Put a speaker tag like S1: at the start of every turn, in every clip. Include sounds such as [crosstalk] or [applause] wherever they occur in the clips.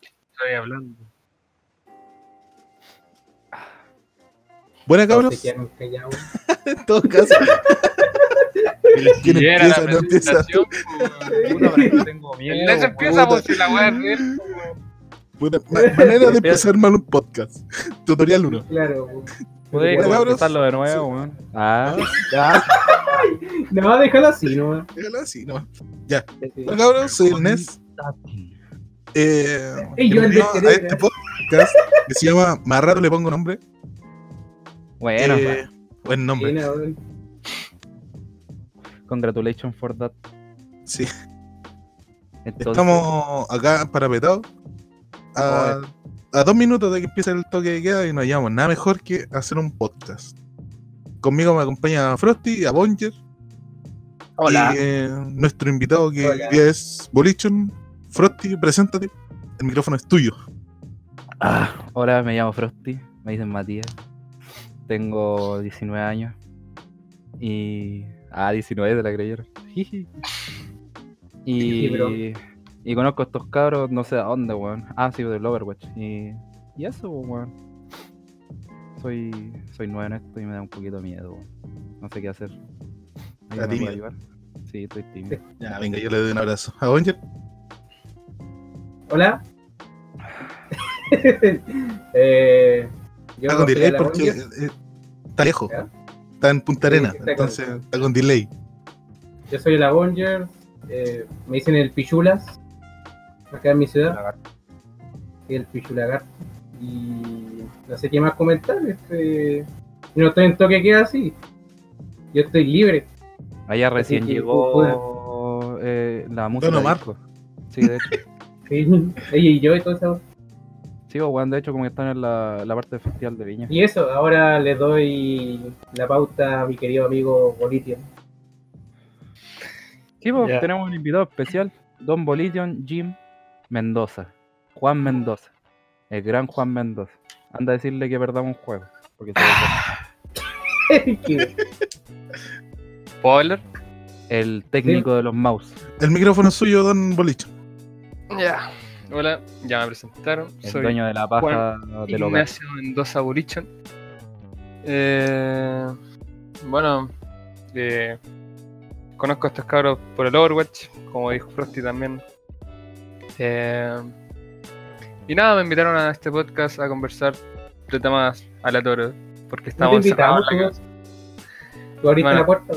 S1: Estoy hablando.
S2: Buena cabros.
S3: Se quedaron callados.
S2: En todo
S4: [laughs]
S2: caso,
S1: Pero si
S2: ¿Quién
S1: llegara
S2: empieza?
S1: la
S2: No empieza.
S1: presentación, pues, puta, para que tengo miedo.
S4: Les empieza,
S1: puta.
S4: pues, si la weá es real.
S1: [laughs]
S2: buena ma- manera de empezar mal un podcast. Tutorial 1.
S3: Claro. weón.
S4: Podéis
S2: Bueno, cabros.
S4: empezarlo de nuevo, weón. Ah,
S3: No, déjalo así, no.
S2: Déjalo así, no. Hola cabros, soy Ernest. Eh,
S3: Ey, yo
S2: bienvenido
S3: Ernest
S2: a
S3: Heredia.
S2: este podcast que se llama Más raro le pongo nombre.
S4: bueno,
S2: Eh, buen nombre.
S4: congratulations for that.
S2: Sí.
S4: Entonces,
S2: Estamos acá parapetados. A, a dos minutos de que empiece el toque de queda y no hallamos nada mejor que hacer un podcast. Conmigo me acompaña Frosty, a Bonger. Y, eh, nuestro invitado que hoy
S3: Hola.
S2: día es Bolichon. Frosty, preséntate. El micrófono es tuyo.
S4: Ah, hola, me llamo Frosty, me dicen Matías. Tengo 19 años. Y. Ah, 19 de la creyeron. Jiji.
S3: Sí, bro.
S4: Y. Y conozco a estos cabros, no sé de dónde, weón. Ah, sí, del Overwatch. Y. Y eso, weón. Soy. Soy nuevo en esto y me da un poquito de miedo, weón. No sé qué hacer.
S2: Está
S4: ¿Alguien me puede
S2: tímido.
S4: ayudar? Sí, estoy tímido.
S2: Ya, venga, yo le doy un abrazo. A Bonger.
S3: Hola. [laughs] eh, yo
S2: Está con
S3: soy
S2: delay
S3: la
S2: porque
S3: Bonger.
S2: eh, está lejos.
S3: ¿Ya?
S2: Está en Punta Arena.
S3: Sí, está con-
S2: entonces está con delay.
S3: Yo soy la Bonger. eh, me dicen el Pichulas. Acá en mi ciudad. El Pichulagar. Y no sé qué más comentar. Este, yo no estoy en toque queda así. Yo estoy libre. [laughs]
S4: Allá recién
S3: que,
S4: llegó. eh, la música.
S2: Don Omar.
S4: disco. Sí, de
S1: [laughs]
S4: hecho.
S3: Sí, Ella y yo y todo eso.
S4: Sí, pues, weón, de hecho, como que están en la, la parte del Festival de Viña.
S3: Y eso, ahora le doy la pauta a mi querido amigo Bolitio.
S4: Sí, pues,
S1: Ya.
S4: tenemos un invitado especial: Don Bolition Jim Mendoza. Juan Mendoza. El gran Juan Mendoza. Anda a decirle que perdamos un juego. Porque se va
S3: [laughs] Que-
S4: a perder. el técnico de los mouse.
S2: El micrófono es suyo, don Bolichon.
S1: Ya. Hola, ya me presentaron.
S4: El
S1: Soy
S4: dueño de la paja del hogar.
S1: Ignacio Mendoza Burichon. Eh, bueno, eh, conozco a estos cabros por el Overwatch, como dijo Frosty también. Eh, y nada, me invitaron a este podcast a conversar de temas aleatorios, porque
S3: No
S1: estamos
S3: te invitamos,
S1: encerrados en la casa.
S3: tú- Tú abriste
S1: Bueno.
S3: la puerta.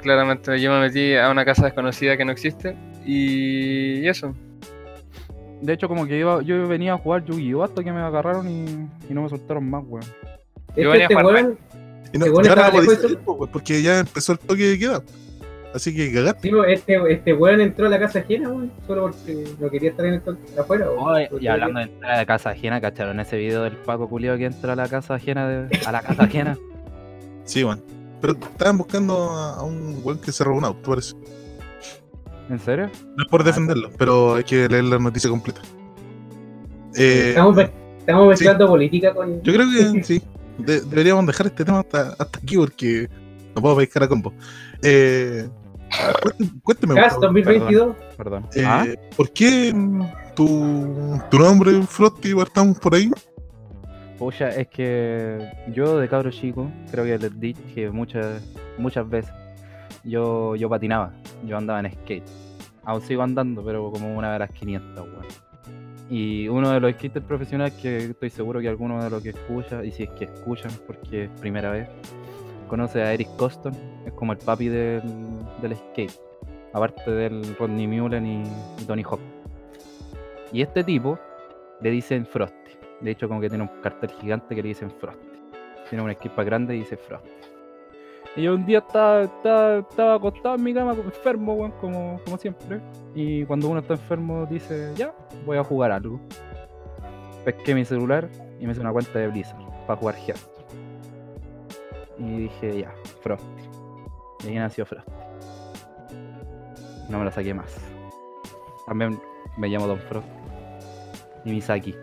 S1: Claramente, yo me metí a una casa desconocida que no existe. Y, y eso.
S4: De hecho, como que iba, yo venía a jugar Yu-Gi-Oh! hasta que me agarraron y, y no me soltaron más, weón.
S3: Es
S1: Yo
S3: que
S1: venía a
S3: este
S1: jugar
S3: weón,
S2: Y no,
S3: Según
S2: y ahora
S3: estaba
S2: no podéis
S3: lejos de
S2: salir, po, weón, porque ya empezó el toque de queda. Así que cagaste.
S3: sí, pues, este, este weón entró a la casa ajena, weón, solo porque no quería estar en el to- afuera. weón.
S4: Oye,
S3: Porque-
S4: y hablando de entrar a la casa ajena, ¿cacharon ese video del Paco Culio que entra a la casa ajena? de- a la casa ajena.
S2: Sí, weón. Pero estaban buscando a a un weón que se robó un auto, parece.
S4: ¿En serio?
S2: No es por
S3: Ah,
S2: defenderlo, pero hay que leer la noticia completa. Eh,
S3: Estamos, ve- estamos mezclando política con.
S2: yo creo que
S3: [laughs]
S2: sí. De- deberíamos dejar este tema hasta, hasta aquí porque no puedo pescar a combo. Eh, cuénteme, cuénteme,
S3: Gas
S2: por favor,
S3: 2022.
S4: Perdón.
S2: eh,
S4: ¿Ah?
S2: ¿por qué mm, tu, tu nombre, Frosty, partamos por ahí?
S4: Pucha, es que yo de cabro chico, creo que les dije muchas, muchas veces, yo, yo patinaba, yo andaba en skate. Aún sigo andando, pero como una de las 500, weón. Y uno de los skaters profesionales que estoy seguro que alguno de los que escucha, y si es que escuchan porque es primera vez, conoce a Eric Coston, es como el papi del, del skate, aparte del Rodney Mullen y, y Tony Hawk. Y este tipo le dicen Frosty. De hecho, como que tiene un cartel gigante que le dicen Frosty. Tiene una esquipa grande y dice Frosty. Y yo un día estaba, estaba, estaba acostado en mi cama, como enfermo, weón, como, como siempre. Y cuando uno está enfermo, dice, ya, voy a jugar algo. Pesqué mi celular y me hice una cuenta de Blizzard para jugar Hearthstone. Y dije, ya, Frosty. Y ahí nació Frosty. No me la saqué más. También me llamo Don Frosty. Y Misaki.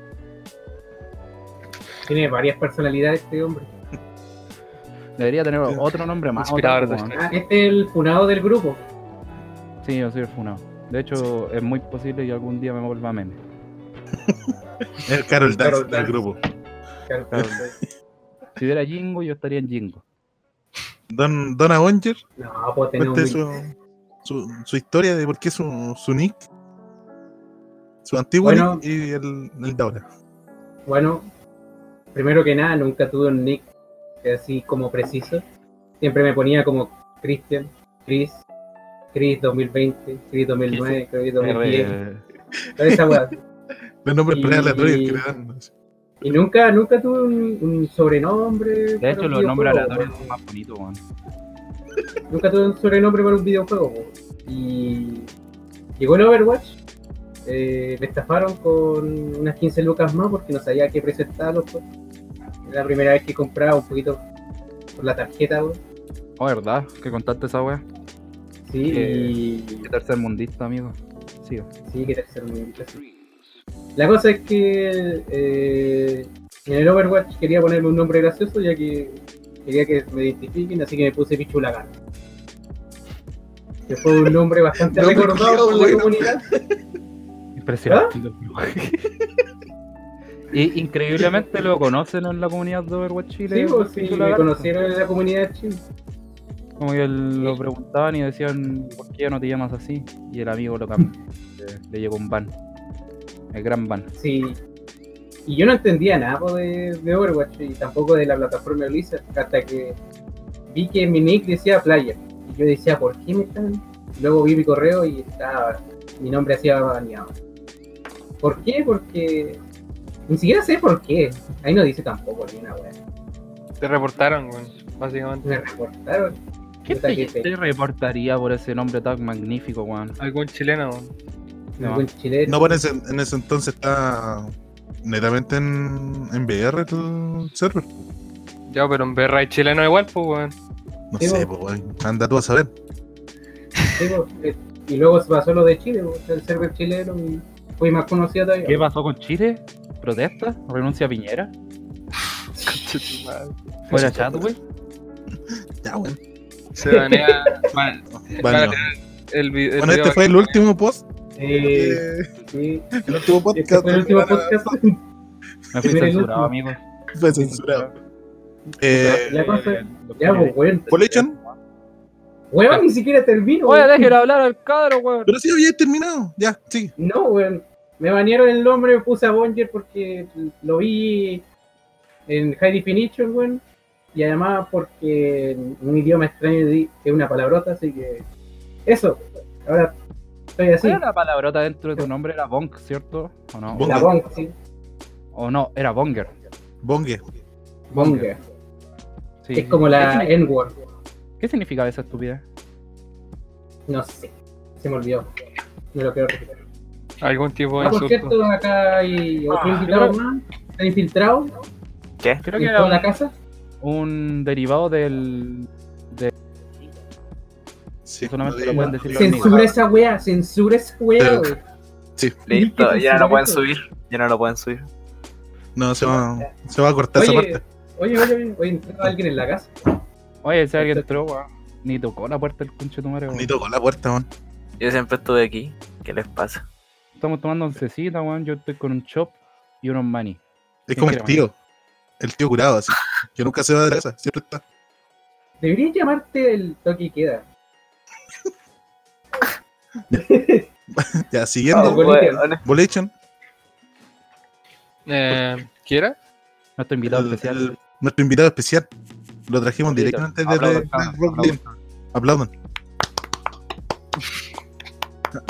S3: Tiene varias personalidades este hombre.
S4: Debería tener otro nombre más.
S1: Inspirador
S4: otaku,
S1: de este.
S4: weón.
S3: Ah, este es el funado del
S2: [laughs]
S3: grupo.
S4: Sí, yo soy el funado. De hecho, es muy posible que algún día me vuelva meme.
S2: El Carol Dax
S3: Carol
S2: del
S3: Dance.
S2: grupo.
S3: Claro,
S4: Claro. Si hubiera Jingo, yo estaría en Jingo.
S2: Don, Donna Bonger,
S3: No, puedo tener un
S2: cuente su, su, su historia de por qué su, su nick, su antiguo
S3: Bueno.
S2: nick y el, el de ahora.
S3: Bueno, primero que nada, nunca tuve un nick así como preciso. Siempre me ponía como Christian, Chris, Chris 2020, Chris 2009, Chris
S4: Eh,
S3: 2010,
S4: R-
S3: toda esa weá.
S2: Los nombres
S3: Y-
S2: prealeatorios que le dan. así.
S3: Y nunca, nunca tuve un, un sobrenombre.
S4: De
S3: para
S4: hecho,
S3: un
S4: los nombres
S3: videojuego,
S4: aleatorios son más bonitos, weón.
S3: po. Nunca tuve un sobrenombre para un videojuego. po. Y llegó el Overwatch. eh, me estafaron con unas 15 lucas más porque no sabía a qué presentarlos. po. Era la primera vez que compraba un poquito por la tarjeta. po.
S4: Oh, ¿verdad? Que contaste esa weá.
S3: Sí,
S4: Que-
S3: y-
S4: Qué tercer mundista, amigo. Siga.
S3: sí, que tercer mundista, sí. La cosa es que eh, en el Overwatch quería ponerme un nombre gracioso ya que quería que me identifiquen, así que me puse Pichu Lagarto. Que fue un nombre bastante
S2: Nombre culiao,
S3: recordado por la
S2: bueno.
S3: comunidad.
S4: Impresionante. ¿Ah? y increíblemente lo conocen en la comunidad de Overwatch Chile.
S3: Sí, pues, sí,
S4: Pichu
S3: me
S4: Lagarto.
S3: conocieron en la comunidad de Chile.
S4: Como que lo preguntaban y decían, ¿por qué no te llamas así? Y el amigo lo cambió. le, le llegó un ban. El gran ban.
S3: Sí. Y yo no entendía nada po, de, de Overwatch y tampoco de la plataforma Blizzard hasta que vi que mi nick decía Player. Y yo decía, ¿por qué me están? Luego vi mi correo y estaba, mi nombre hacía baneado. ¿Por qué? Porque ni siquiera sé por qué. Ahí no dice tampoco ni una wea.
S1: Te reportaron, weón, básicamente.
S3: Me reportaron.
S4: ¿Qué
S3: Puta,
S4: te,
S3: qué pena.
S4: te reportaría por ese nombre tan magnífico, weón?
S1: Algún chileno, weón.
S4: No.
S3: Algún chileno.
S2: No, por ese- en ese entonces está netamente en, en VR el server.
S1: Ya, pero en Berra hay chileno igual, pues, [laughs] weón.
S2: No
S3: Sí,
S2: sé,
S3: bo.
S2: pues, weón. anda tú a saber.
S3: Sí, po, eh, y luego se pasó lo de Chile, po, el server chileno y fui más conocido todavía.
S4: ¿Qué pasó con Chile? ¿Protesta? ¿Renuncia a Piñera? ¿Fuera Chadwick?
S2: Ya, weón.
S1: Se
S2: [laughs]
S1: banea. van- van a
S2: Bueno,
S1: tener el, vi- el
S2: bueno,
S1: video
S2: este fue el último post.
S3: Eh,
S2: eh,
S3: sí,
S2: [laughs] el último podcast.
S3: este fue el último podcast. [laughs]
S4: Me fui
S3: Mira, el
S4: censurado,
S3: último.
S4: amigo.
S2: Fue censurado. Eh,
S3: La cosa-
S4: Eh, los
S3: Ya, pues,
S4: comunistas.
S3: weón.
S2: Polation,
S3: Weón, ni siquiera termino.
S4: Oye,
S3: weón.
S4: déjelo hablar al cadro, weón.
S2: pero sí había terminado. Ya, sí.
S3: No, weón. Me banearon el nombre, me puse a Bonger porque lo vi en High Definition, weón. Y además porque en un idioma extraño di que una palabrota, así que. Eso. Ahora estoy así.
S4: ¿Cuál era la palabrota dentro de tu nombre? Era Bonk, ¿cierto? ¿O no?
S2: Bonk.
S3: La Bong, sí.
S4: ¿O no? Era Bonger.
S2: Bongue.
S3: Bonger.
S4: Sí,
S3: Es
S4: sí.
S3: como la E-
S4: ¿Qué, signi-
S3: N-word.
S4: qué significaba esa estupidez?
S3: No sé. Se me olvidó. Me lo quiero recuperar.
S1: Algún tipo de
S3: Ah, por
S1: insulto.
S3: cierto, acá hay otro invitado más. Está infiltrado
S4: Ah, Creo que
S3: en
S4: era
S3: toda la
S4: un,
S3: casa.
S4: un derivado del.
S2: Sí,
S4: Solamente
S2: no
S4: lo
S2: digo-
S4: pueden decir los
S3: Censura esa wea, censura esa wea,
S2: Pero-
S3: wey.
S2: Sí.
S5: Listo, ya no
S3: Censurado.
S5: lo pueden subir. Ya no lo pueden subir.
S2: No, se va, se va a cortar esa
S3: Oye,
S2: parte.
S3: oye, oye, oye, oye, entró alguien en la casa.
S4: Oye, ese alguien entró, weón. Ni tocó la puerta del conche de tu madre, weón.
S2: Ni tocó la puerta, man.
S5: Yo siempre estuve aquí. ¿Qué les pasa?
S4: Estamos tomando oncecita, weón. Yo estoy con un chop y unos maní.
S2: Es como el
S4: Mira,
S2: tío. El tío curado, así. Que nunca se va de la casa. Siempre está.
S3: Deberías llamarte el toque y queda.
S2: Ya,
S5: Oh,
S2: siguiendo.
S3: Ah, bueno.
S5: weón.
S2: Bolation,
S1: Eh, ¿Quiera?
S4: Nuestro invitado
S2: el-
S4: especial.
S2: el- nuestro invitado especial. Lo trajimos directamente desde
S4: Aplaudan,
S2: Black
S4: aplaudan,
S2: Rock Lim. Aplaudan.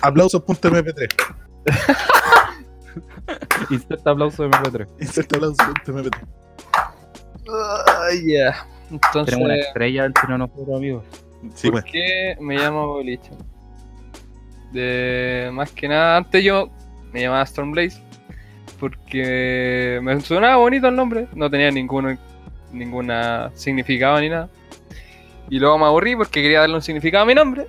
S2: Aplausos.mp3.
S4: aplaudan. Inserta este aplauso de MP3.
S2: Inserta aplausos.mp3.
S1: Ah, Entonces,
S4: Tenemos una estrella entre nosotros, amigos.
S2: Sí,
S1: ¿por
S2: bueno.
S1: qué me llamo Boliche? De, más que nada, antes yo me llamaba Stormblaze porque me sonaba bonito el nombre, no tenía ninguno, ninguna significado ni nada. Y luego me aburrí porque quería darle un significado a mi nombre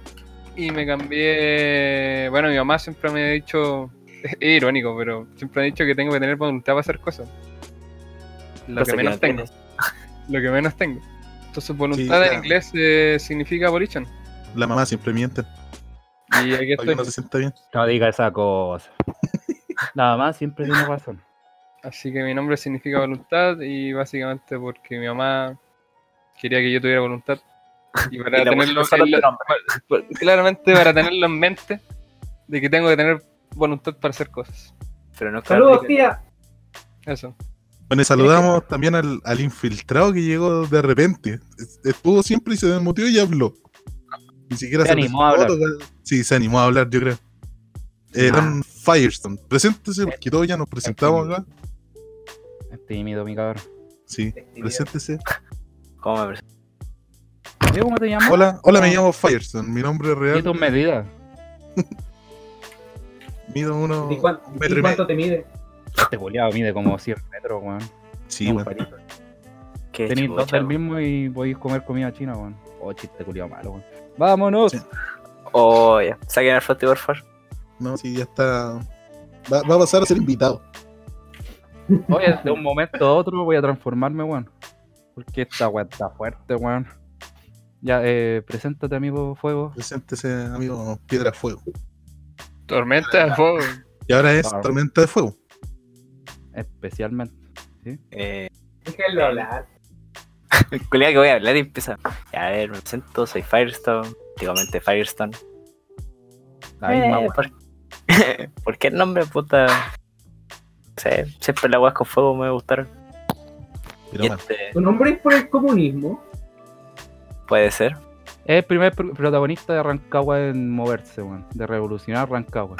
S1: y me cambié. Bueno, mi mamá siempre me ha dicho, [laughs] es irónico, pero siempre me ha dicho que tengo que tener voluntad para hacer cosas. Lo
S5: Cosa
S1: que
S5: que
S1: menos
S5: no
S1: tengo. Lo que menos tengo. Entonces, voluntad en
S2: claro.
S1: inglés eh, significa volition.
S2: La mamá siempre miente.
S1: Y aquí
S2: Para que
S1: estoy.
S2: no se sienta bien.
S4: [laughs] No diga esa cosa. La mamá siempre tiene razón.
S1: Así que mi nombre significa voluntad y básicamente porque mi mamá quería que yo tuviera voluntad. Y para
S5: Y la
S1: tenerlo
S5: puso solo
S1: en la- [laughs]
S5: tu nombre.
S1: pa- pa- claramente para tenerlo en mente de que tengo que tener voluntad para hacer cosas.
S5: Pero no es
S3: Saludos,
S5: Carlitos.
S3: tía.
S1: Eso.
S2: Bueno, y saludamos también al, al infiltrado que llegó de repente. Es- Estuvo siempre y se desmuteó y habló. Ni siquiera
S4: Se animó a
S2: presentó, toca- Sí, se animó a hablar, yo creo. Eh,
S4: Ah.
S2: Don Firestone, preséntese, porque todos ya nos presentamos acá.
S4: Es tímido, mi cabrón.
S2: Sí, preséntese.
S5: ¿Cómo me presento?
S4: Diego, ¿Cómo te llamas?
S2: Hola, hola,
S3: Ah.
S2: me llamo Firestone. Mi nombre
S4: ¿Y
S2: real,
S4: tus medidas?
S2: mido uno,
S3: ¿Y cuán-
S2: un
S3: y
S2: metro y medio.
S3: cuánto te mide?
S4: Este culiado mide como 100 metros, weón.
S2: Sí,
S4: Un
S2: bueno.
S4: palito.
S5: Qué
S4: Tenéis dos
S5: chucha,
S4: del mismo y podéis comer comida china, weón. Oh, chiste culiado malo, weón. ¡Vámonos!
S2: Sí.
S5: Oh, ya. Saquen al Frosty, por favor.
S2: No, sí, ya está. Va, va a pasar a ser invitado.
S4: Oye, de un momento a otro voy a transformarme, weón. Porque esta weá está fuerte, weón. Ya, eh, preséntate, amigo Fuego.
S2: Preséntese, amigo Piedra Fuego.
S1: Tormenta de fuego.
S2: Y ahora es
S4: Ah.
S2: Tormenta de Fuego.
S4: Especialmente.
S5: Eh,
S3: Déjenlo hablar.
S5: culiao que voy a hablar y empieza. Ya, a ver, me presento, soy Firestone. Antiguamente Firestone.
S4: La misma
S5: Eh,
S4: weá.
S5: [laughs] ¿por... ¿Por qué el nombre, puta? No sé, siempre las weas con fuego me gustaron.
S2: Pero
S5: Y
S2: bueno,
S5: este,
S3: ¿Tu nombre es por el comunismo?
S5: puede ser.
S4: Es el primer pr- protagonista de Rancagua en moverse, weón. De revolucionar Rancagua.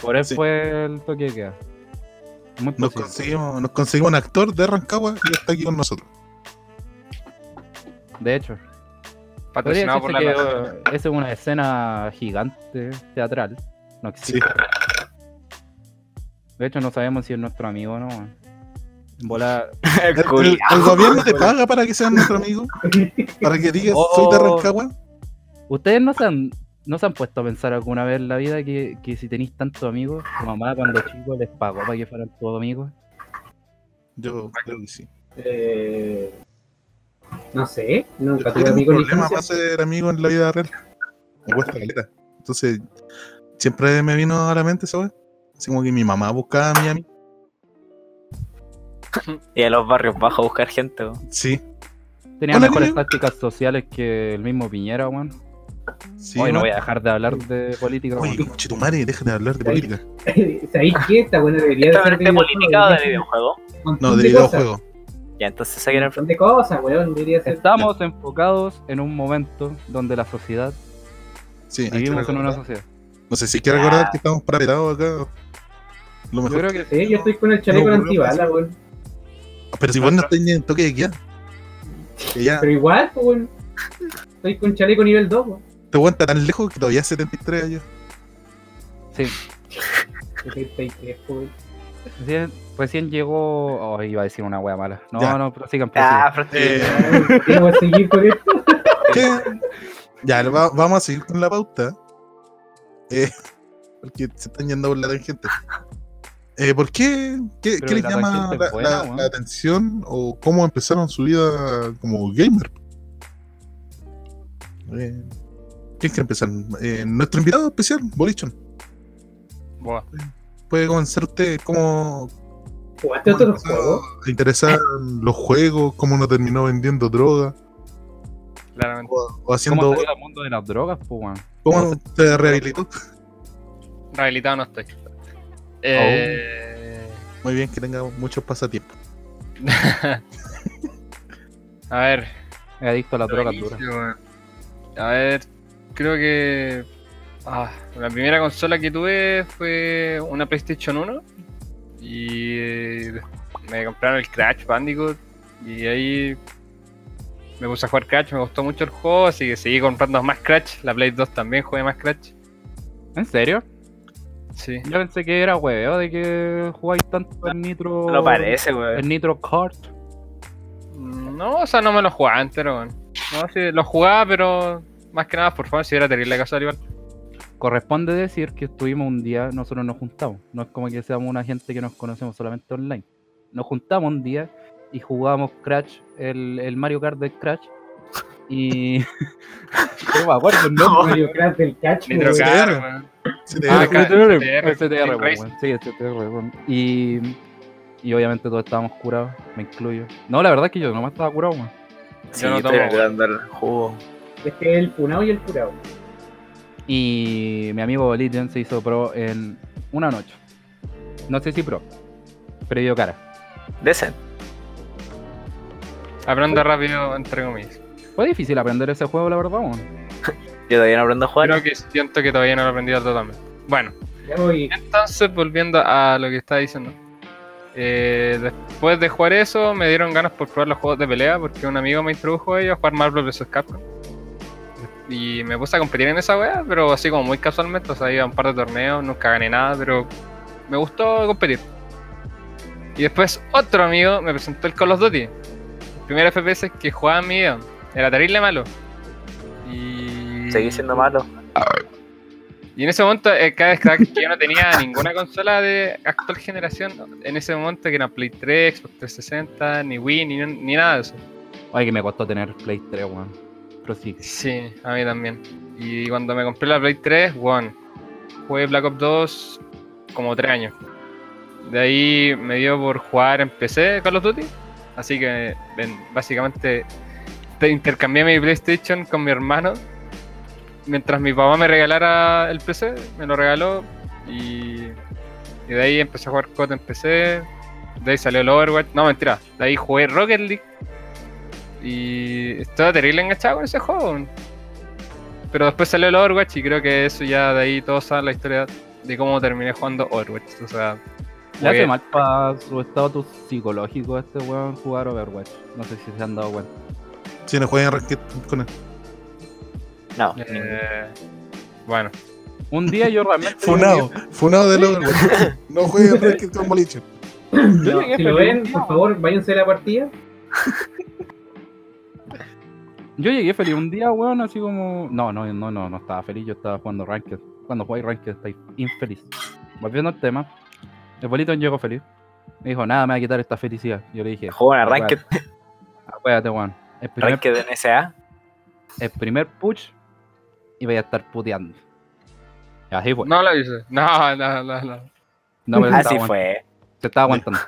S4: Por eso
S2: Sí.
S4: fue el toque que queda. Muy
S2: nos,
S4: posible.
S2: conseguimos, nos conseguimos un actor de Rancagua y está aquí con nosotros.
S4: De hecho. Podría
S1: Patrocinado por la
S4: decirse que
S1: raja.
S4: eh, esa es una escena gigante teatral. No existe.
S2: Sí.
S4: De hecho, no sabemos si es nuestro amigo o no. weón. En Bola,
S2: El,
S3: Oh,
S2: el- el gobierno te paga para que seas nuestro
S3: [laughs]
S2: amigo, para que digas
S4: Oh.
S2: soy de Rancagua.
S4: ¿Ustedes no se, han, no se han puesto a pensar alguna vez en la vida que, que si tenéis tantos amigos, tu mamá cuando chico les pagó para que fueran todos amigos?
S2: Yo creo que sí.
S3: Eh, no sé, nunca tuve
S2: Tengo un
S3: amigos ni
S2: problema para ser amigo en la vida real. Me cuesta caleta. Entonces, siempre me vino a la mente esa wea. Así como que mi mamá buscaba a mi amigo.
S5: Y a los barrios bajos a buscar gente. po.
S2: Sí,
S4: Tenían
S2: Hola,
S4: mejores
S2: Lili.
S4: tácticas sociales que el mismo Piñera, weón.
S2: sí.
S4: Hoy no
S2: wea.
S4: voy a dejar de hablar de política,
S2: Oye,
S4: weón.
S2: pinche tu madre, déjate de hablar de política.
S3: [laughs] ¿Sabéis Eh, qué? Esta buena debería
S5: ¿Esta
S3: ser
S5: parte política o de videojuego?
S2: No, de videojuegos.
S5: Ya, entonces saquen
S3: Un
S5: el
S3: montón de cosas, weón. Debería ser.
S4: Estamos enfocados en un momento donde la sociedad,
S2: Sí, hay que
S4: vivimos en una
S2: recordar.
S4: sociedad.
S2: No sé si quiero recordar que estamos parapetados acá. Lo
S4: Yo
S2: mejor.
S4: creo que
S3: Sí, yo estoy con el chaleco
S2: No,
S3: en
S2: weón,
S3: antibala, weón.
S2: Ah, Pero si vos no estás ni en toque de queda. Que ya
S3: Pero igual, pues, weón. Estoy con chaleco nivel 2, weón.
S2: te aguanta tan lejos que todavía es 73 allá.
S4: sí.
S3: 73, pues, weón.
S4: Recién, recién llegó. Oh, iba a decir una wea mala. No,
S2: Ya.
S4: no, pero sigan, pero
S5: Ah, Frosty.
S2: Eh,
S3: Ay, ¿qué voy a seguir con esto?
S2: ¿qué? Ya, lo va- vamos a seguir con la pauta. Eh, porque se están yendo por la tangente. Eh, ¿Por qué? ¿Qué,
S4: Pero
S2: qué les
S4: la
S2: llama
S4: tangente
S2: la,
S4: es buena,
S2: la-
S4: weón.
S2: la atención o cómo empezaron su vida como gamer? Eh, ¿Quién quiere empezar? Eh, nuestro invitado especial, Bolichon.
S1: Buah.
S2: puede comenzar usted cómo,
S3: ¿Jugaste
S2: cómo
S3: otros
S2: empezó
S3: juegos?
S2: a interesar los juegos, cómo no terminó vendiendo droga
S1: Claramente.
S2: o, o
S4: sí. ¿Cómo
S2: haciendo
S4: salió al mundo de las drogas, pues, weón?
S2: cómo se rehabilitó.
S1: Rehabilitado no estoy. Eh,
S2: Muy bien, que tenga muchos pasatiempos.
S1: a ver.
S4: Es adicto a las drogas
S1: Inicio,
S4: duras.
S1: weón. A ver, creo que. ah, la primera consola que tuve fue una PlayStation 1. Y eh, me compraron el Crash Bandicoot. Y ahí me puse a jugar Crash, me gustó mucho el juego, así que seguí comprando más Crash. La Play 2 también jugué más Crash.
S4: ¿En serio?
S1: Sí.
S4: Yo pensé que era hueveo de que jugáis tanto en Nitro.
S5: No parece, weón.
S4: En Nitro Kart.
S1: Mm, No, o sea, no me lo jugaba entero, weón. No, sí, lo jugaba, pero más que nada, por favor, si era terrible casual igual.
S4: Corresponde decir que estuvimos un día, nosotros nos juntamos. No es como que seamos una gente que nos conocemos solamente online. Nos juntamos un día y jugábamos Crash, el, el Mario Kart del Crash. Y. [laughs] no me acuerdo el nombre.
S3: Mario Kart del Catch,
S1: Nitro
S2: Sí,
S1: Car,
S2: era.
S1: weón.
S2: CTR.
S4: Ah,
S1: acá, CTR,
S4: CTR, pues, CTR,
S1: Team
S4: pues,
S1: Racing.
S4: weón. Sí, el CTR, weón. Y, y obviamente todos estábamos curados, me incluyo. No, la verdad es que yo nomás estaba curado, weón.
S5: Sí,
S1: Yo no
S5: no
S1: tomo,
S5: pero andar jugo.
S3: Este Es que el funado y el curado.
S4: Y mi amigo Bolitian se hizo pro en una noche. No sé si pro, pero dio cara.
S5: Decent.
S1: Aprenda rápido, entre comillas.
S4: Fue difícil aprender ese juego, la verdad, weón.
S5: Yo todavía no aprendo a jugar.
S1: Creo que siento que todavía no lo he aprendido totalmente. Bueno,
S3: Ya voy.
S1: entonces volviendo a lo que estaba diciendo. Eh, después de jugar eso, me dieron ganas por probar los juegos de pelea porque un amigo me introdujo a ellos a jugar Marvel vs. Capcom. Y me puse a competir en esa wea, pero así como muy casualmente. O sea, iba a un par de torneos, nunca gané nada, pero me gustó competir. Y después otro amigo me presentó el Call of Duty. El primer FPS que jugaba en mi vida. Era terrible malo. Y...
S5: Seguí siendo malo.
S1: Y en ese momento, eh, cada vez cada vez que yo no tenía ninguna consola de actual generación, en ese momento que era Play 3, Xbox 360, ni Wii, ni, ni nada de eso.
S4: Ay, que me costó tener Play 3, weón. Pero sí.
S1: Sí, a mí también. Y cuando me compré la Play 3, bueno, jugué Black Ops 2 como 3 años. De ahí me dio por jugar en PC Call of Duty. Así que en- básicamente te intercambié mi PlayStation con mi hermano. Mientras mi papá me regalara el PC, me lo regaló. Y, y de ahí empecé a jugar COD en PC. De ahí salió el Overwatch. No, mentira. De ahí jugué Rocket League. Y estaba terrible enganchado con ese juego. weón. Pero después salió el Overwatch y creo que eso ya de ahí todos saben la historia de cómo terminé jugando Overwatch. O sea,
S4: Le hace
S1: jugué-
S4: mal para su estado psicológico a este weón jugar Overwatch. No sé si se han dado cuenta.
S2: Si no juegan ranked con él.
S5: No.
S1: eh, bueno,
S4: Un día yo realmente.
S2: Funado, funado de nuevo. No jueguen ranked con Boliche.
S4: Yo
S3: No,
S4: llegué
S3: si lo
S4: feliz,
S3: ven,
S4: tío.
S3: por favor, váyanse a la partida.
S4: Yo llegué feliz un día, weón, así como. No, no, no, no, no estaba feliz, yo estaba jugando Ranked. Cuando jugáis Ranked estáis infeliz. Volviendo al tema, el bolito llegó feliz. Me dijo, nada, me va a quitar esta felicidad. Yo le dije,
S5: Juego en Arranque,
S4: acuérdate, weón. El primer,
S5: Arranque de NSA.
S4: el primer push y voy a estar puteando. Y así fue.
S1: no lo hice. No, no, no, no. [laughs]
S4: No, pero se
S5: Así
S4: estaba aguant-
S5: fue.
S4: Se estaba aguantando.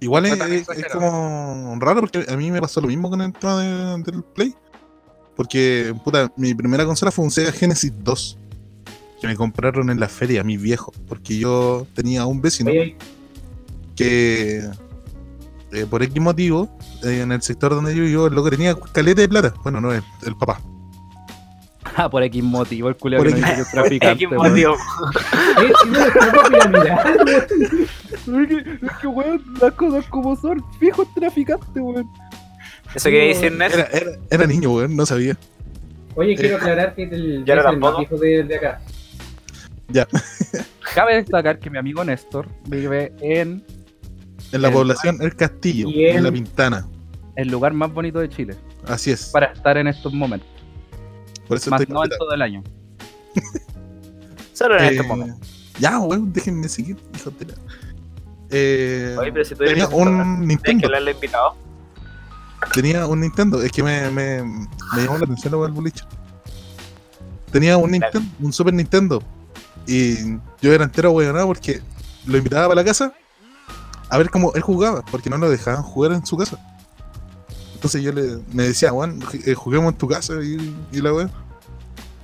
S2: Igual es,
S1: Fue tan
S2: es- es
S1: exagerado.
S2: como raro porque a mí me pasó lo mismo con el tema de- del Play. Porque, puta, mi primera consola fue un Sega Genesis 2. Que me compraron en la feria, mis viejos. Porque yo tenía un vecino
S3: Oye,
S2: que, eh, por X motivo, eh, en el sector donde yo vivo, el loco tenía caleta de plata. Bueno, no, el, el papá.
S4: [laughs] Ah, por X motivo, el
S2: [laughs]
S4: culiao
S2: Por
S4: que no
S2: X-
S4: dice que es traficante.
S5: Qué motivo.
S3: ¿eh? Si no, estamos piramidal, güey.
S4: weón. Es que, weón, las cosas como son, fijo es traficante, weón.
S5: Eso quería decir, Ned.
S2: Era, era, era niño, weón, no sabía.
S3: Oye, quiero aclarar que el,
S5: Ya no
S3: es el más
S5: tampoco.
S3: viejo de, de acá.
S4: Cabe destacar que mi amigo Néstor vive en
S2: En la
S4: El-
S2: población, el castillo,
S3: Y el-
S2: en la pintana.
S4: el lugar más bonito de Chile
S2: Así es.
S4: para estar en estos momentos,
S2: Por eso
S4: más
S2: estoy
S4: no en
S2: contento.
S4: todo el año.
S5: Solo en este
S2: Eh,
S5: estos momentos.
S2: Ya, weón, déjenme seguir, hijo de la- Eh,
S5: Oye, pero si tú
S2: tenía
S5: eres un...
S2: un
S5: Tienes que
S2: Nintendo.
S5: hablarle al invitado.
S2: Tenía un Nintendo. Es que me, me, me llamó la atención lo del boliche. Tenía un
S5: Dale.
S2: Nintendo, un Super Nintendo. Y yo era entero weonado porque lo invitaba para la casa a ver cómo él jugaba, porque no lo dejaban jugar en su casa. Entonces yo le me decía, Juan, ju- eh, juguemos en tu casa y, y la weón.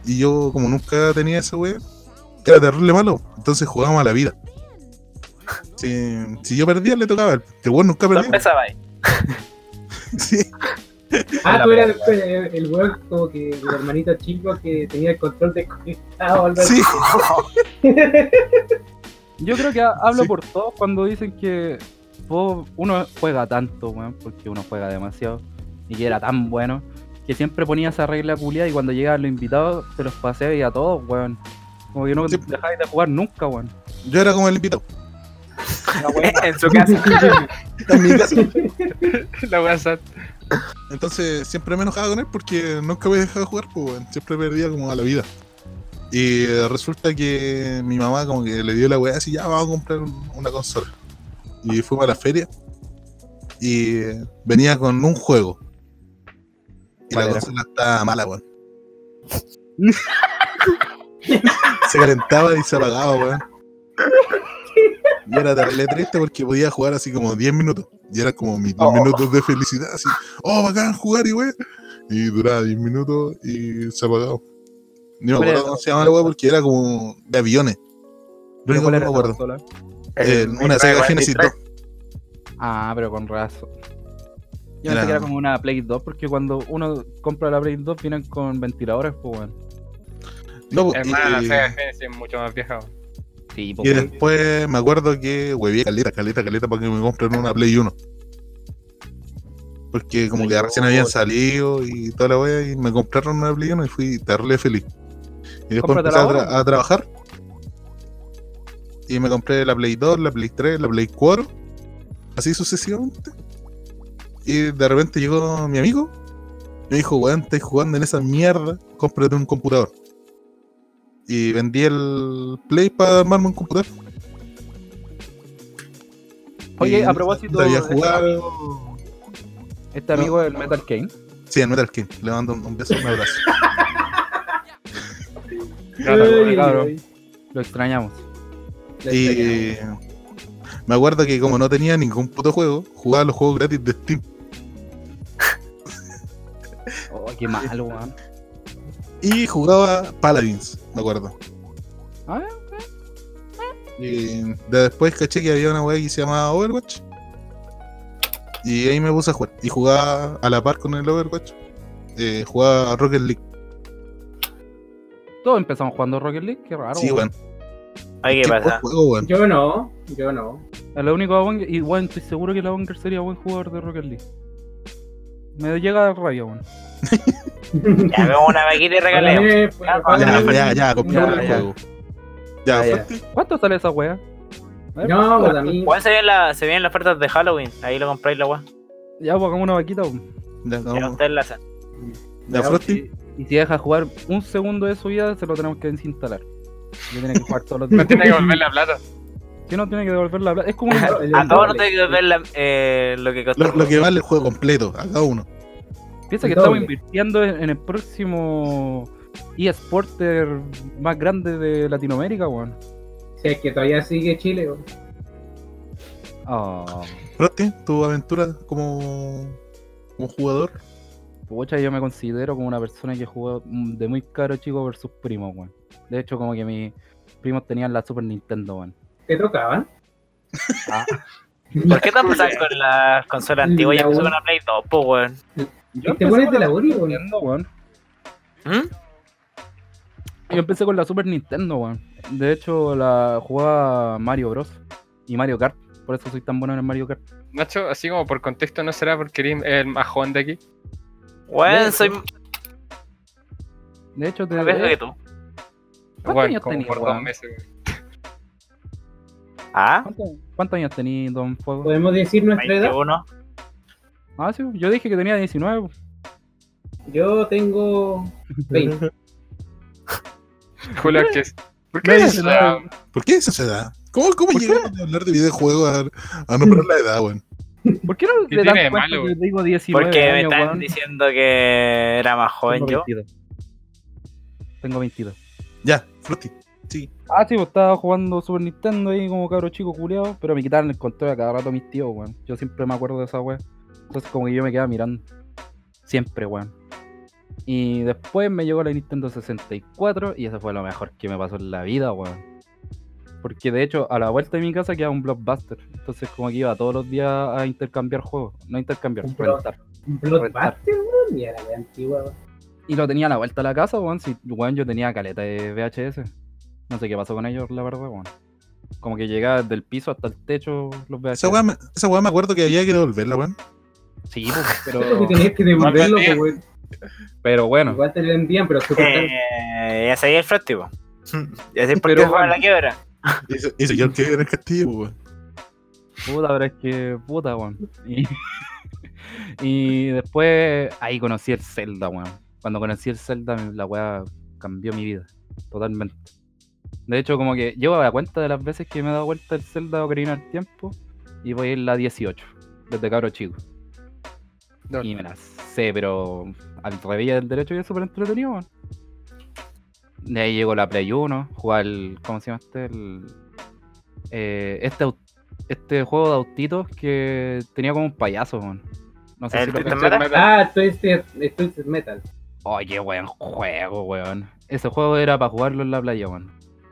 S2: Y yo, como nunca tenía ese weón, era terrible malo. Entonces jugábamos a la vida. Si, si yo perdía, le tocaba. El el weón nunca perdía.
S5: Sorpresa, bye.
S2: [laughs] Sí.
S3: Ah, tú eras el, el, el weón como que el hermanito chico que tenía el control desconectado. o algo así. [laughs]
S2: Sí,
S4: Yo creo que ha- hablo
S2: Sí.
S4: por todos cuando dicen que vos- uno juega tanto, weón, porque uno juega demasiado y que era tan bueno que siempre ponía esa regla culiada y cuando llegaban los invitados te los paseaba y a todos, weón. Como que no
S2: Sí.
S4: dejáis de jugar nunca, weón.
S2: yo era como el invitado.
S5: [laughs] En su casa.
S2: en mi casa.
S1: La wea sad.
S2: Entonces siempre me enojaba con él porque nunca me dejaba jugar, pues weón. siempre perdía como a la vida. Y eh, resulta que mi mamá como que le dio la weá así, ya vamos a comprar un- una consola. Y fuimos a la feria y eh, venía con un juego. Y la
S4: ¿Cuál era? [laughs]
S2: consola estaba mala, weón. Se calentaba y se apagaba, weón. Yo era terrible triste porque podía jugar así como 10 minutos. Y era como mis 10
S1: Oh.
S2: minutos de felicidad, así. Oh, bacán jugar y weón. Y duraba 10 minutos y se apagaba. Ni me
S4: ¿Cuál era
S2: acuerdo cómo se llamaba la weón porque era como de aviones. Lo único que no me acuerdo. Eh, una Sega Genesis 2.
S4: Ah, pero con razón. Yo
S2: Era-
S4: pensé que era como una Play 2, porque cuando uno compra la Play 2 vienen con ventiladores, pues bueno.
S2: No, po,
S1: Hermano,
S4: Eh.
S1: la
S2: y-
S1: Sega Genesis es mucho más vieja. weón.
S4: Sí,
S2: Y después me acuerdo que hueví caleta, caleta, caleta para que me compren una Play 1. Porque como que recién habían salido y toda la wea, y me compraron una Play 1 y fui terrible feliz. Y después empecé
S4: Cómpratela
S2: a, tra-
S4: ahora.
S2: a trabajar. Y me compré la Play 2, la Play 3, la Play 4. Así sucesivamente. Y de repente llegó mi amigo. Me dijo, weón, estáis jugando en esa mierda. Cómprate un computador. Y vendí el Play para armarme un computador.
S4: Oye,
S2: Y
S4: a propósito,
S2: Sabía
S4: este
S2: jugar.
S4: amigo- Este amigo del Metal Kane.
S2: Sí, en Metal King. Le mando un, un beso y un
S4: [laughs]
S2: abrazo.
S1: No, no,
S4: Ey.
S1: no, no.
S4: cabrón. Lo extrañamos.
S2: y me acuerdo que como no tenía ningún puto juego, jugaba los juegos gratis de Steam.
S4: Oh, qué malo, weón.
S2: Y jugaba Paladins, me acuerdo.
S4: Ah,
S2: Y de- después caché que había una wea que se llamaba Overwatch. Y ahí me puse a jugar. Y jugaba a la par con el Overwatch. Eh, jugaba a Rocket League.
S4: Todos empezamos jugando Rocket League, qué raro.
S2: sí,
S4: weón.
S2: weón.
S5: Ay, ¿qué
S2: buen
S5: pasa?
S2: juego, weón.
S3: Yo no, yo no.
S4: A lo único Bonger, y bueno, estoy seguro que la Bonger sería buen jugador de Rocket League. Me llega rabia, weón.
S5: Ya vemos una vaquita y
S3: Para
S5: regalemos.
S3: mí, para- para
S2: Ya,
S3: mí-
S2: ya, ya, compramos
S3: Ah, Ya,
S2: el
S3: ya.
S2: juego. Ya,
S3: Ah, ya.
S2: Frosty,
S4: ¿Cuánto sale esa wea? A ver,
S3: No, para mí.
S5: Juan se vienen la- se vienen las ofertas de Halloween. Ahí lo compráis la weá.
S4: Ya, pues hagamos una vaquita, weón.
S2: Ya,
S5: Ya
S2: acabamos.
S5: ustedes la hacen.
S2: Ya, Frosty.
S4: Y si deja jugar un segundo de su vida, se lo tenemos que desinstalar. Yo tiene que jugar
S2: [laughs]
S4: todos los
S1: No
S4: días.
S1: tiene que volver la plata.
S4: Si no, tiene que devolver la plata.
S3: [laughs]
S4: Es como un...
S5: [laughs] A todos no tengo que ver la- eh, lo que costó.
S2: Lo, lo que vale el juego completo, a cada uno.
S4: Piensa que
S3: Doble.
S4: estamos invirtiendo en, en el próximo eSporter más grande de Latinoamérica, weón.
S3: Si es que todavía sigue Chile, weón. Ah.
S4: Oh,
S2: Frosty, tu aventura como, como jugador.
S4: pucha, yo me considero como una persona que jugó mm, de muy caro chico versus primos, weón. De hecho, como que mis primos tenían la Super Nintendo, weón.
S3: te
S5: [laughs]
S3: tocaban.
S4: Ah.
S5: ¿Por qué tan pasan con las consolas antiguas?
S3: La
S5: Ya empezó
S3: weón.
S5: con la Play 2, po, weón.
S4: Yo
S3: Este
S4: empecé
S3: weón es
S4: con
S3: de la
S4: Super
S3: Uri, weón.
S4: Nintendo, weón.
S5: ¿Mm?
S4: Yo empecé con la Super Nintendo, weón. De hecho, la jugaba Mario Bros. y Mario Kart. Por eso soy tan bueno en el Mario Kart.
S1: [laughs] Nacho, así como por contexto, ¿no será porque eres el más joven de aquí?
S5: Weón, soy más
S4: De hecho, te...
S5: viejo que tú.
S4: ¿Cuántos
S1: Weón,
S4: años
S1: como
S4: tenía,
S1: por dos
S4: weón?
S1: meses. weón.
S5: Ah,
S4: ¿Cuántos, cuántos años tenía Don Fuego?
S3: Podemos decir nuestra edad.
S5: 21.
S4: Ah, sí, yo dije que tenía 19.
S3: Yo tengo 20.
S1: Julio Arquez. ¿Por qué
S2: Nadie
S1: eres
S2: se
S1: la-
S2: nada. ¿Por qué esa edad? ¿Cómo, cómo llegamos de hablar de videojuegos a, a nombrar la edad, weón?
S4: ¿Por qué no
S1: ¿Qué
S4: te das
S1: tiene de
S4: cuenta
S1: malo,
S4: que
S1: weón?
S4: digo 19
S5: Porque me
S4: años,
S5: están
S4: weón?
S5: diciendo que era más joven
S4: Tengo
S5: yo.
S4: 22. Tengo 22.
S2: Ya, Frosty. Sí.
S4: Ah, sí, pues estaba jugando Super Nintendo ahí como cabro chico culiado, pero me quitaron el control a cada rato mis tíos, weón. Yo siempre me acuerdo de esa weón. Entonces como que yo me quedaba mirando. Siempre, weón. Y después me llegó la Nintendo 64 y eso fue lo mejor que me pasó en la vida, weón. Porque de hecho a la vuelta de mi casa quedaba un blockbuster. Entonces como que iba todos los días a intercambiar juegos. No intercambiar,
S3: Un Block-
S4: rentar.
S3: Un Blockbuster, weón. Y era de antigua, weón.
S4: Y lo tenía a la vuelta a la casa, weón. Si, weón, yo tenía caleta de VHS. No sé qué pasó con ellos, la verdad, weón. Como que llegaba del piso hasta el techo los VHS.
S2: Esa weá me, esa weá me acuerdo que había que devolverla, weón.
S4: Sí, pues,
S3: Creo que
S4: pero,
S3: tenías que devolverlo, pues, weón.
S4: pero bueno.
S3: Igual te lo vendían, pero súper caro.
S5: Eh, ya sabía el
S4: [laughs]
S5: frosty, po. Ya sé por
S4: Pero,
S5: qué fue a la
S4: weón.
S5: quiebra.
S2: Y se- y se quedó el que era el castillo, weón.
S4: Puta, pero es que puta, weón. Y, [laughs] y después ahí conocí el Zelda, weón. Cuando conocí el Zelda, mi- la weá cambió mi vida. Totalmente. De hecho, como que llevo la cuenta de las veces que me he dado vuelta el Zelda Ocarina del Tiempo y voy en la 18, desde cabro chico.
S1: No.
S4: Y me la sé, pero al revés del derecho y es súper entretenido, weón. De ahí llegó la Play 1, jugar el. ¿Cómo se llama este? El, eh, este, au- este juego de autitos que tenía como un payaso, weón. No sé
S5: El
S4: si lo
S5: Twisted
S4: cachai.
S5: Metal.
S3: Ah, Twisted, eh, Twisted Metal.
S4: Oye, buen juego, weón. Ese juego era para jugarlo en la playa, weón.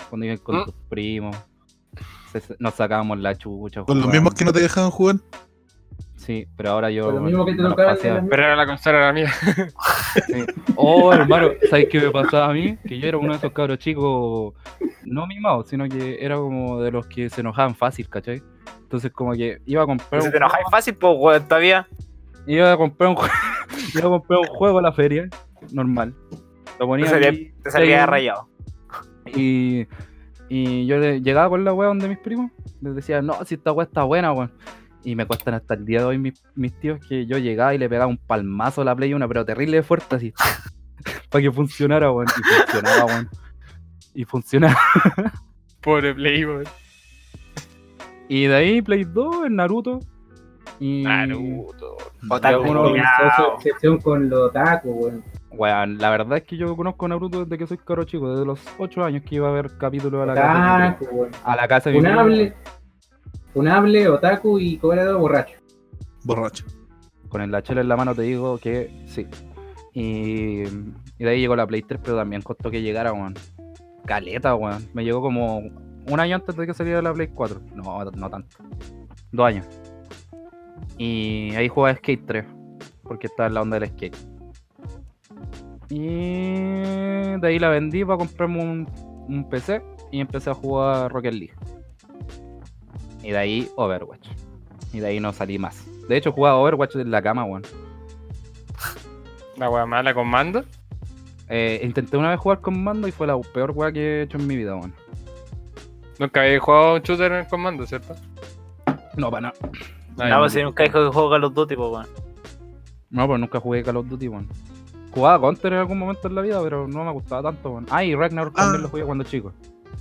S4: Cuando iban con
S1: ¿Mm?
S4: tus primos. se- nos sacábamos la chucha.
S2: Con los
S4: jugábamos.
S2: mismos que no te dejaban jugar.
S4: Sí, pero ahora yo.
S3: Con los mismos que te
S4: me los
S3: tocaban en
S4: paseo.
S3: las
S1: Pero era la consola era mía. [laughs]
S4: Oh, hermano, ¿sabes qué me pasaba a mí? Que yo era uno de esos cabros chicos, no mimados, sino que era como de los que se enojaban fácil, ¿cachai? Entonces como que iba a comprar
S5: Si
S4: un
S5: te enojáis fácil, pues, weón, todavía.
S4: iba a comprar un jue- [laughs] iba a comprar un juego a la feria, normal. Lo ponía
S5: Te salía-
S4: ahí,
S5: Te salía
S4: ahí,
S5: rayado.
S4: y, y yo le- llegaba con la wea donde mis primos, les decía, no, si esta wea está buena, weón. Y me cuestan hasta el día de hoy mis, mis tíos que yo llegaba y le pegaba un palmazo a la Play una, pero terrible de fuerte así. [laughs] para que funcionara, weón. Y funcionaba, weón. Y funcionaba.
S1: Pobre Playboy.
S4: Y de ahí Play 2, el Naruto. Y.
S1: Naruto.
S5: Otaku,
S4: algunos-
S5: culiao.
S3: Excepción con los tacos, weón.
S4: Weón, la verdad es que yo conozco a Naruto desde que soy caro chico, desde los 8 años que iba a ver capítulos a la casa. de mi primo.
S3: Otaku, weón.
S4: A la casa de mi primo,
S3: Ah. Funable. Funable, otaku y cobrador borracho. [laughs]
S2: Borracho.
S4: con el la chela en la mano te digo que sí. Y, y de ahí llegó la Play 3, pero también costó que llegara, weón. Caleta, weón. Me llegó como un año antes de que saliera la Play 4. No, no tanto. Dos años. Y ahí jugaba Skate 3, porque estaba en la onda del skate. Y de ahí la vendí para comprarme un, un PC y empecé a jugar Rocket League. Y de ahí Overwatch. Y de ahí no salí más. De hecho, jugaba Overwatch en la cama, weón.
S1: La wea mala con mando.
S4: Eh, intenté una vez jugar con mando y fue la peor weá que he hecho en mi vida, weón.
S1: Nunca había jugado un shooter con mando, ¿cierto?
S4: No, para nada.
S1: Ay,
S5: No, pues si nunca dijo que juega los dos, tipo, weón.
S4: No, pues nunca jugué Call of Duty, weón. Jugaba Counter en algún momento en la vida, pero no me gustaba tanto, weón. Ah, y Ragnarok
S2: Ah.
S4: también lo jugué cuando chico.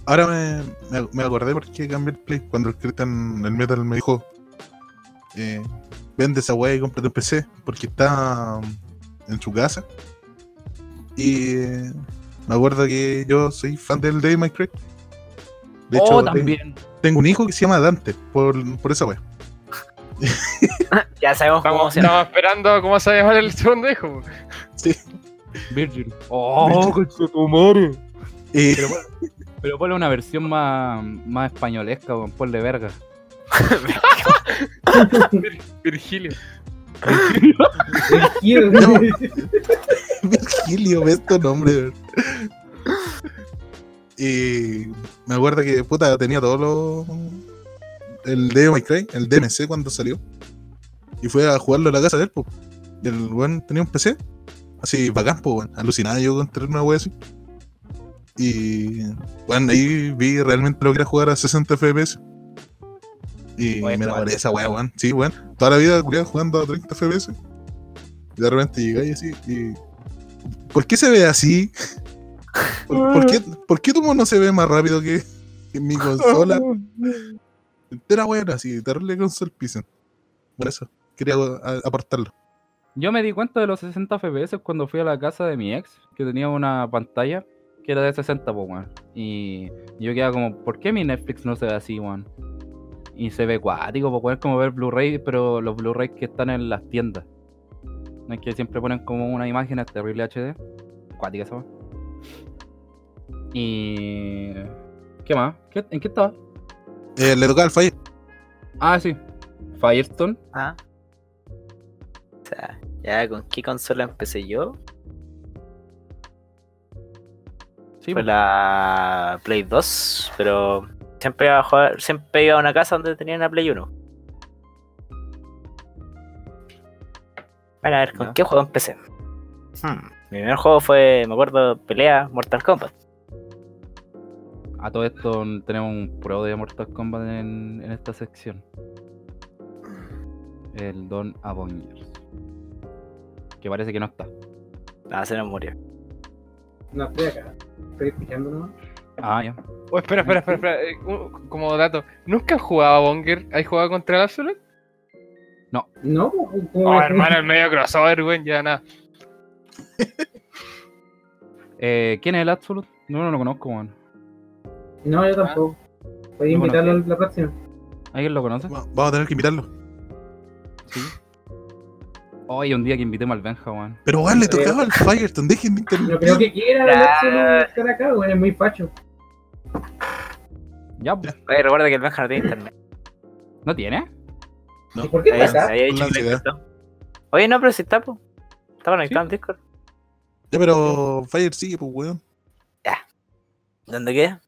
S2: Ahora me, me, me acordé por qué cambié el play cuando el Cristian, el Metal, me dijo: eh, Vende esa weá y cómprate un PC, porque está mm, en su casa. Y eh, me acuerdo que yo soy fan del Devil May Cry. De
S4: oh,
S2: te-
S4: también.
S2: tengo un hijo que se llama Dante, por, por esa weá.
S5: Ya sabemos cómo
S1: Estamos,
S5: se llama.
S1: estamos esperando cómo se va a llamar el segundo hijo.
S4: Virgil. Oh, conchetumare.
S2: Eh,
S4: Pero ponle una versión más, más españolesca, weón. Ponle verga.
S1: Virgilio.
S3: Quiero-
S4: [laughs]
S2: [laughs] Virgilio, ve tu nombre. weón. Y me acuerdo que puta tenía todos los. El de My Cry, el DMC cuando salió. Y fue a jugarlo a la casa de él, po. Y el weón tenía un PC. Así bacán, po, weón. Alucinado yo con tener una wea así. Y. Bueno, ahí vi realmente lo que era jugar a 60 FPS. Y
S4: Oye,
S2: me enamoré
S4: jugar.
S2: de esa wea, weón. Sí, weón. Toda la vida culiao, jugando a 30 FPS. Y de repente llegáis así y. ¿Por qué se ve así? [laughs] ¿Por, por qué, ¿Por qué tu mono se ve más rápido que, que mi consola? Entera buena, así, terrible console pisen. Por eso, quería a- apartarlo.
S4: Yo me di cuenta de los 60 FPS cuando fui a la casa de mi ex, que tenía una pantalla que era de 60, po, weón. Y yo quedaba como, ¿por qué mi Netflix no se ve así, weón? Y se ve cuático, po, weón, es como ver Blu-ray, pero los Blu-ray que están en las tiendas. No es que siempre ponen como una imagen es terrible HD. Cuática esa, weón. Y... ¿Qué más? ¿Qué- ¿En qué estaba?
S2: Eh, le tocaba al Fire.
S4: Ah, sí. Firestone.
S5: Ah. O sea, ya, ¿con qué consola empecé yo?
S4: Sí,
S5: Fue
S4: po.
S5: la Play 2, pero siempre iba a jugar, siempre iba a una casa donde tenían la Play 1. Bueno, a ver, ¿con
S4: Ya.
S5: qué juego empecé? Hmm, Mi primer juego fue, me acuerdo, Pelea Mortal Kombat.
S4: A todo esto tenemos un pro de Mortal Kombat en, en esta sección. El Don Avengers. Que parece que no está.
S5: Ah, se nos murió.
S3: No estoy acá. Estoy escuchando nomás.
S4: Ah, ya.
S1: Oh, espera, espera, espera, espera. Eh, un- como dato, ¿nunca jugaba Bonger? ¿Has jugado contra el Absolute?
S3: No, como- como-
S1: Oh, [laughs] hermano, el medio crossover, weón, ya nada.
S4: Eh, ¿Quién es el Absolute? No, no lo conozco, weón.
S3: No, yo tampoco. Voy a
S4: No
S3: invitarlo
S4: conocía.
S3: la próxima.
S4: ¿Alguien lo conoce?
S2: Va- Vamos a tener que invitarlo.
S4: Hoy un día que invitemos al Benja, weón.
S2: Pero weón, le
S3: Pero-
S2: tocaba al Firestone, dejen de
S3: No
S2: interrumpir.
S3: creo que quiera
S5: Ya.
S3: solo estar acá, güey, es muy facho.
S4: Ya, pues.
S5: Oye, recuerda que el Benja no tiene internet.
S4: ¿No tiene?
S2: No.
S3: ¿Y por qué
S5: Ahí-
S3: está acá?
S5: ahí hay
S2: Con la
S5: chicle,
S2: ansiedad.
S5: ¿no? Oye, no, pero si está, po. Está conectado en Discord.
S2: Ya, pero Fire sigue, pues weón.
S5: ¿Dónde queda?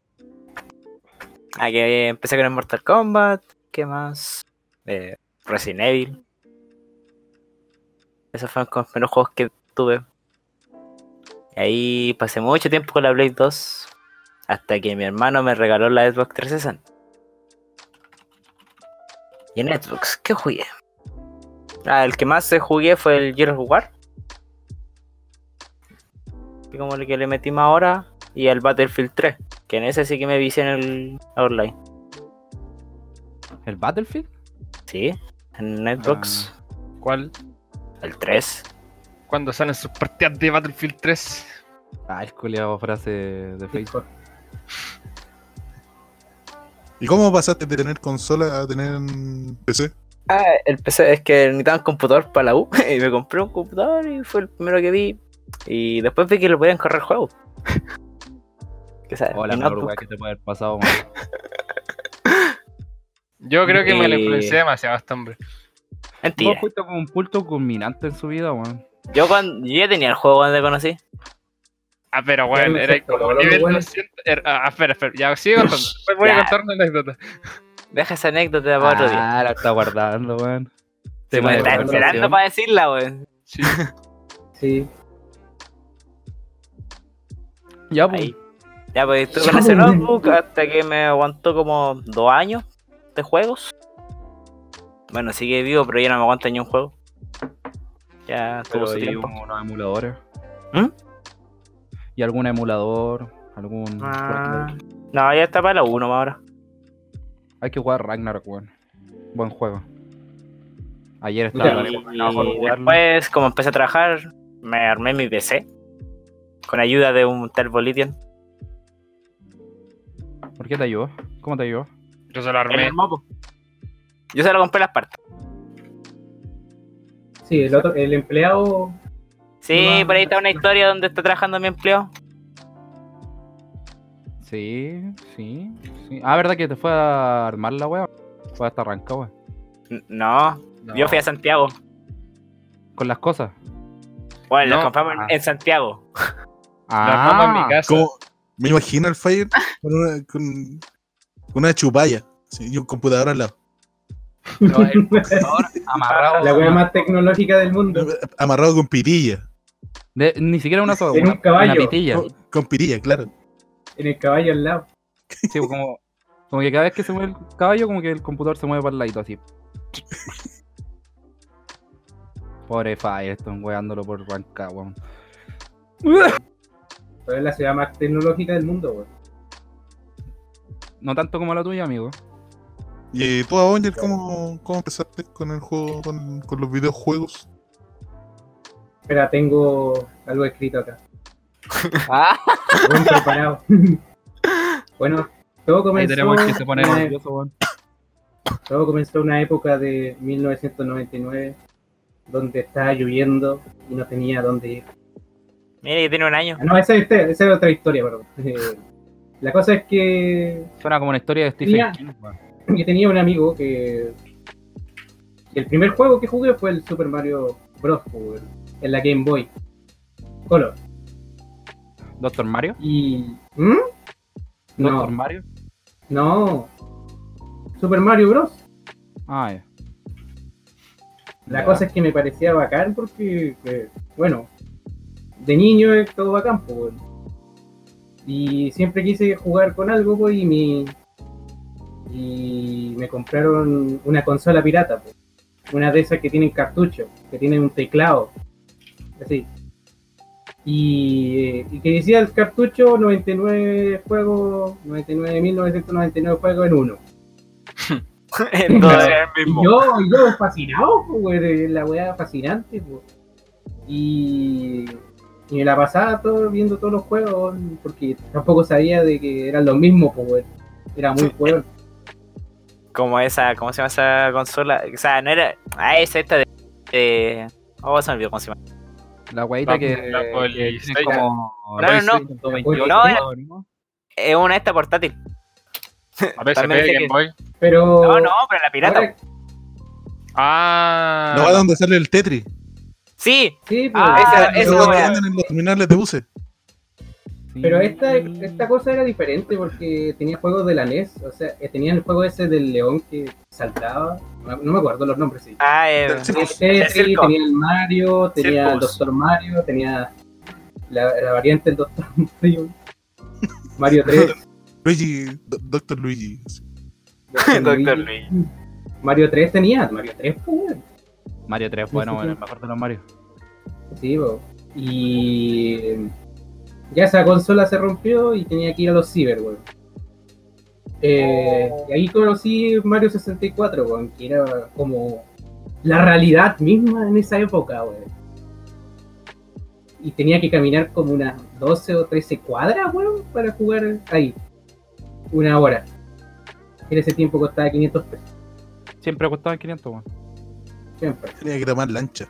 S5: Ah, que empecé con el Mortal Kombat. ¿Qué más? Eh, Resident Evil. Esos fueron con los primeros juegos que tuve. Y ahí pasé mucho tiempo con la Blade 2. Hasta que mi hermano me regaló la Xbox 360. Y en Xbox, ¿qué jugué? Ah, el que más eh, jugué fue el Gears of War. Que como el que le metí más ahora y al Battlefield 3, que en ese sí que me vicié en el online.
S4: ¿El Battlefield?
S5: Sí, en Netbox,
S1: ¿Cuál?
S5: el 3.
S1: ¿Cuándo salen sus partidas de Battlefield 3?
S4: Ah, el culiao frase de Facebook.
S2: ¿Y cómo pasaste de tener consola a tener mm, PC?
S5: Ah, el PC es que necesitaban computador para la U [laughs] y me compré un computador y fue el primero que vi. Y después vi que lo podían correr juegos. [laughs] Que sea,
S4: Hola,
S5: mi
S4: mejor
S5: notebook.
S4: weón que te puede haber pasado, weón.
S1: Yo creo que me lo
S5: Eh.
S1: influencié demasiado a este hombre.
S4: Vos
S5: [laughs] Mentira.
S4: fuiste como un punto culminante en su vida, weón.
S5: Yo, cuando, yo ya tenía el juego cuando te conocí.
S1: Ah, pero bueno,
S3: me
S1: era
S3: acepto,
S1: como
S3: lo- lo
S1: nivel
S3: bueno.
S1: 200. era- ah, espera, espera, ya sigo contando. Después voy a
S5: Ya.
S1: contar una anécdota.
S5: Deja esa anécdota para otro día.
S4: Ah, la está guardando, weón.
S5: Sí,
S4: Tema
S5: me
S4: de
S5: estaba
S3: conversación.
S5: esperando para decirla, weón.
S1: Sí.
S3: Sí.
S4: Ya, pues.
S5: Ahí. Ya, pues estuve con ese [laughs] notebook hasta que me aguantó como dos años de juegos. Bueno, sigue vivo, pero ya no me aguanta ni un juego. Ya tuvo
S4: Pero
S5: su
S4: y
S5: tiempo.
S4: unos emuladores.
S1: ¿Eh?
S5: ¿Mm?
S4: ¿Y algún emulador? ¿Algún.?
S5: Ah, no, ya está para la 1 ahora.
S4: Hay que jugar Ragnarok, weón. Buen juego. Ayer
S5: Y,
S4: estaba.
S3: Ya.
S4: pues, no, por jugarlo.
S5: después, como empecé a trabajar, me armé mi PC. Con ayuda de un tal Bolidian.
S4: ¿Por qué te ayudó? ¿Cómo te ayudó?
S1: Yo se lo
S5: Él me
S1: armé.
S5: armó, po. Yo se lo compré las partes.
S3: Sí, el otro, el empleado.
S5: Sí,
S3: Ah.
S5: por ahí está una historia donde está trabajando mi empleo.
S4: Sí, sí, sí. Ah, ¿verdad que te fue a armar la weón? Fue hasta arrancar, weón.
S5: N- No,
S1: No.
S5: yo fui a Santiago.
S4: Con las cosas.
S5: Bueno,
S1: No.
S5: lo compramos en-
S4: Ah.
S5: en Santiago.
S1: Lo armamos en mi casa.
S2: ¿Cómo? Me imagino al Fire con una, con, con una chupalla sí, y un computador al lado.
S1: No,
S3: [laughs]
S1: el-
S4: [laughs] amarrado.
S3: La wea más tecnológica del mundo.
S2: Amarrado con pirilla.
S4: De- ni siquiera una sola,
S3: En
S4: una,
S3: un caballo.
S4: una pitilla.
S2: Con, con pirilla, claro.
S3: En el caballo al lado.
S4: Sí, pues, como, como que cada vez que se mueve el caballo, como que el computador se mueve para el ladito así. Pobre Firestone, weándolo por banca, weón.
S3: Pero es la ciudad más tecnológica del mundo, güey.
S4: No tanto como la tuya, amigo.
S2: ¿Y eh, tú, Avenger, cómo, cómo empezaste con el juego, con, con los videojuegos?
S3: Espera, tengo algo escrito acá.
S5: Ah.
S3: Buen preparado. [laughs] bueno, todo comenzó.
S1: tenemos que se pone
S3: una-
S4: Nervioso, weón.
S3: Todo comenzó una época de 1999 donde estaba lloviendo y no tenía dónde ir.
S5: Mira, que tiene
S3: [laughs]
S5: un año.
S3: Ah, No, esa, es- esa es otra historia, perdón. [laughs] Eh, La cosa es que [clears throat]
S4: Suena como una historia de Stephen
S3: Mira.
S4: King, weón.
S3: yo tenía un amigo que el primer juego que jugué fue el Super Mario Bros. weón, en la Game Boy Color.
S4: Doctor Mario.
S3: Y... ¿Mm?
S4: Doctor
S3: No,
S4: Mario.
S3: no. Super Mario Bros.
S4: Ah, ya.
S3: La
S4: Ya.
S3: cosa es que me parecía bacán porque, que, bueno, de niño es todo bacán, pues, weón. Y siempre quise jugar con algo, pues, y mi. Y me compraron una consola pirata, pues. Una de esas que tienen cartucho, que tienen un teclado. Así. Y, eh, y que decía el cartucho 99 juegos, 99.999 juegos en uno.
S5: Entonces era el
S3: Y
S5: mismo.
S3: yo, y yo fascinado, pues, güey, la weá fascinante, pues. Y Y me la pasaba todo, viendo todos los juegos, porque tampoco sabía de que eran los mismos, pues, weón. Era muy juego.
S5: Como esa, ¿cómo se llama esa consola? O sea, no era. Ah, es esta de. de- Oh, se me olvidó cómo se llama.
S4: La guaita
S1: La-
S4: que,
S1: la-
S4: que tiene
S1: PlayStation.
S4: como...
S5: No, no, no. No, era- Es una esta portátil.
S1: A PSP,
S5: También sé que-
S1: Game Boy.
S3: Pero.
S5: No, no, pero la pirata.
S3: Oh. ahora-
S1: Ah,
S2: No va donde sale el Tetris.
S5: Sí,
S3: sí, pues,
S5: Ah,
S3: pero-
S5: esa-
S2: Eso
S5: esa
S2: es lo que
S5: weá.
S2: venden en los terminales de buses.
S3: Pero esta, esta cosa era diferente porque tenía juegos de la NES, o sea, eh, tenía el juego ese del león que saltaba, no no me acuerdo los nombres, sí.
S5: Ah, eh,
S2: Del
S3: Tenía
S2: circo.
S3: el Tetris,
S5: circo.
S3: tenía el Mario, tenía el
S5: Circus.
S3: Doctor Mario, tenía la, la variante del Doctor [laughs] Mario, Mario [laughs] 3,
S2: Luigi, Do- Doctor Luigi.
S3: Doctor
S5: Doctor
S3: Luigi.
S5: Luis.
S3: Mario 3 tenía, Mario 3, pues, weón.
S4: Mario 3, bueno, bueno, el mejor de los Mario.
S3: Sí, po. y ya esa consola se rompió y tenía que ir a los ciber, weón. Eh, Y ahí conocí Mario 64, weón, que era como la realidad misma en esa época, weón. Y tenía que caminar como unas 12 o 13 cuadras, weón, para jugar ahí. Una hora. En ese tiempo costaba 500 pesos,
S4: Siempre costaban 500, weón.
S3: siempre.
S2: Tenía que tomar lancha.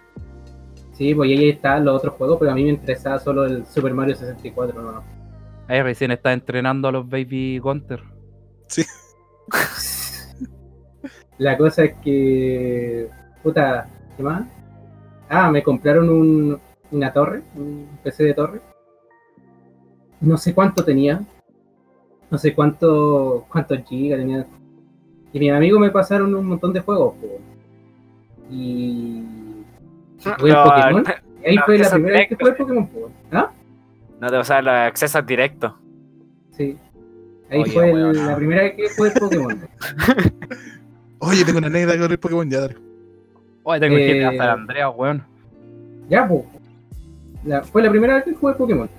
S3: Sí, pues y ahí estaban los otros juegos, pero a mí me interesaba solo el Super Mario 64, no, no.
S4: Ahí recién está entrenando a los Baby Gunter.
S3: La cosa es que. Puta, ¿qué más? Ah, me compraron un, una torre, un PC de torre. No sé cuánto tenía. No sé cuánto cuántos gigas tenía. Y mis amigos me pasaron un montón de juegos. po. Y. Jugué
S5: No,
S3: el Pokémon. Y ahí
S5: no,
S3: fue la
S5: eso
S3: primera vez que
S5: directo.
S3: jugué el Pokémon. po. ¿Ah?
S5: No te usar los accesos directos.
S3: Sí. Ahí
S4: Oye,
S3: fue el-
S4: weón,
S3: la primera vez que jugué el Pokémon.
S2: Oye, tengo una anécdota con el Pokémon ya. dale.
S4: Oye, tengo
S3: Eh,
S4: que ir hasta Andrea, weón.
S3: Ya, po. La- fue la primera vez que jugué Pokémon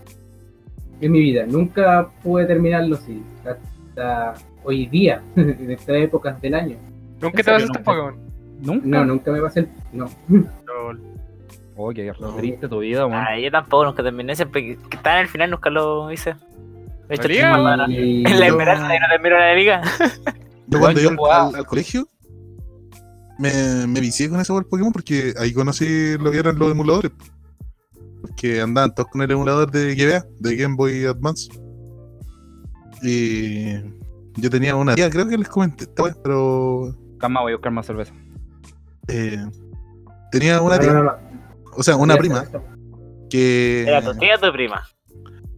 S3: en mi vida. Nunca pude terminarlo sí, hasta hoy día, [laughs] en estas épocas del año.
S1: nunca te vas a estos Pokémon.
S4: ¿Nunca?
S3: No, nunca me pasé el. No.
S1: Lol.
S4: Oye, qué triste tu vida, weón.
S5: Ah, yo tampoco, nunca terminé. Siempre que que estaba en el final, nunca lo hice. De hecho,
S1: ¿La
S5: estoy
S1: liga?
S2: [laughs]
S5: mandando a la-
S3: Y-
S5: en la
S2: Yo-
S5: esmeralda y no termino la liga.
S2: Yo cuando
S4: yo
S2: iba al-
S4: jugaba-
S2: al, al colegio me, me vicié con ese juego del Pokémon porque ahí conocí lo que eran los emuladores. Porque andaban todos con el emulador de GBA, de Game Boy Advance. Y yo tenía una tía, creo que les comenté, esta vez, pero
S4: Calma, voy a buscar más cerveza.
S2: eh, tenía una
S3: No,
S2: tía,
S3: no, no.
S2: o sea, una
S3: Ya,
S2: prima
S3: está.
S2: que...
S5: Era tu tía o tu prima.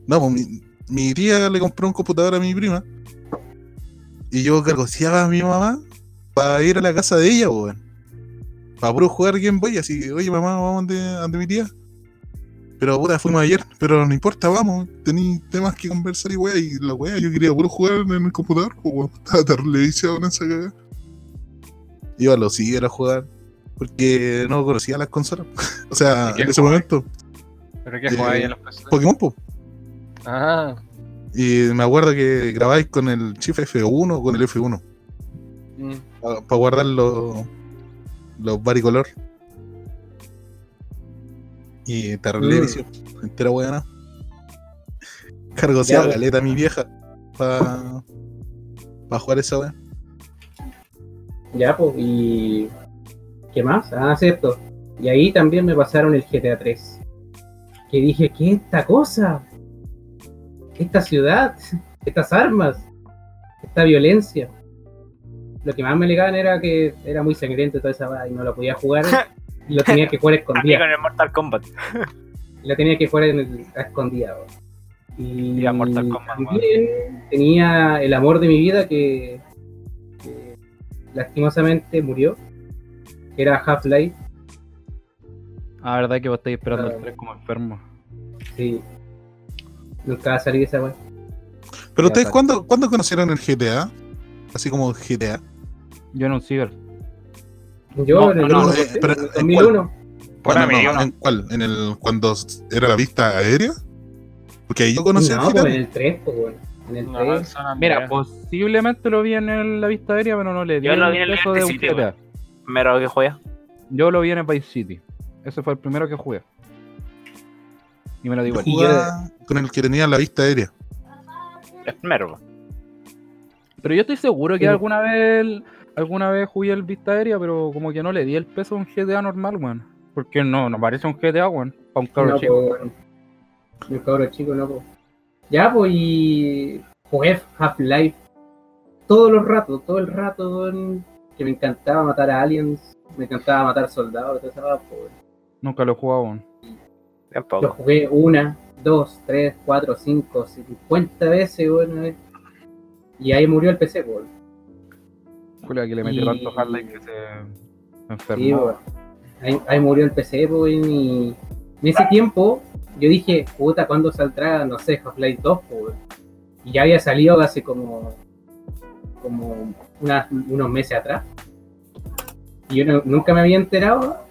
S2: No, pues, mi, mi tía le compró un computador a mi prima. Y yo cargoseaba a mi mamá para ir a la casa de ella, pues, weón. Para puro jugar Game Boy, así que, oye, mamá, vamos ante, ante mi tía. Pero puta, fuimos ayer, pero no importa, vamos. Tení temas que conversar y weá, y la weá, yo quería puro jugar en el computador, pues, weón. [laughs] Estaba terrible viciado en esa cagada. Iba a los siguiera a jugar, porque no conocía las consolas. [laughs] o sea,
S1: ¿Y qué
S2: en ese
S1: jugabas?
S2: momento,
S1: ¿Pero qué
S2: Eh,
S1: jugaba ahí en los PC?
S2: Pokémon, pues.
S1: Ah,
S2: Y me acuerdo que grabáis con el chip F1 o con el F1
S1: mm.
S2: para guardar los, los varicolor. Y terrible
S3: Mm.
S2: vicio, entera weá. Cargoseaba
S3: Ya,
S2: caleta mi vieja para jugar esa weá.
S3: Ya, pues. ¿Y qué más? Ah, cierto. Y ahí también me pasaron el GTA 3. Que dije, ¿qué es esta cosa? Esta ciudad, [laughs] estas armas, esta violencia. Lo que más me legaban era que era muy sangriento y toda esa va y no lo podía jugar. y lo tenía que jugar
S5: A mí
S3: escondida.
S5: con el Mortal Kombat.
S3: Y lo tenía que jugar en el, a escondidas, weón. Y
S5: Y a Mortal Kombat, weón.
S3: también tenía el amor de mi vida que, que lastimosamente murió. Que era Half-Life.
S4: Ah, verdad que vos estáis esperando
S3: Ah.
S4: el 3 como enfermo.
S3: Sí. Nunca va a salir esa weá.
S2: Pero
S4: Ya,
S2: ustedes,
S4: pa-
S2: ¿cuándo, ¿cuándo conocieron el GTA? Así como GTA.
S4: Yo en un ciber.
S3: Yo
S5: No,
S3: en el
S5: no,
S2: no,
S3: año
S2: eh, pero-
S3: 2001.
S1: Por
S2: No, no,
S1: amigo,
S2: no,
S1: no.
S2: ¿En cuál? ¿En el, cuando era la vista aérea? Porque ahí yo conocí
S3: no,
S2: al
S3: pues,
S2: GTA.
S3: en el 3, pues, weón. En el
S1: No,
S3: 3.
S1: son
S4: Mira,
S1: Andrea.
S4: posiblemente lo vi en el- la vista aérea, pero no le di
S5: Yo lo vi en el
S4: peso
S5: Liberty
S4: un
S5: City,
S4: GTA.
S5: Primero que juega.
S4: Yo lo vi en el Vice City. Ese fue el primero que jugué. Y me lo digo.
S2: Yo jugaba con el que tenía la vista aérea.
S5: El primero. po.
S4: Pero yo estoy seguro que alguna vez alguna vez jugué el vista aérea, pero como que no le di el peso a un GTA normal, weón. Porque no, no parece un GTA, weón. Para un cabro
S3: no,
S4: chico.
S3: po, weón. Ni un cabro chico, no, po. Ya, pues, y jugué Half-Life todos los ratos, todo el rato, weón, que me encantaba matar a aliens, me encantaba matar soldados, todo
S4: Nunca lo he jugado, weón.
S3: Lo
S5: Tampoco.
S3: jugué una, dos, tres, cuatro, cinco, cincuenta veces, weón. una vez. Y ahí murió el PC, weón.
S4: Culia que le metí
S3: Y-
S4: tanto Half-Life que se enfermó.
S3: Sí, weón. ahí, ahí murió el PC, po, weón, y en ese tiempo yo dije, puta, ¿cuándo saldrá, no sé, Half-Life 2, po, weón? Y ya había salido hace como, como unas- unos meses atrás. Y yo no- nunca me había enterado.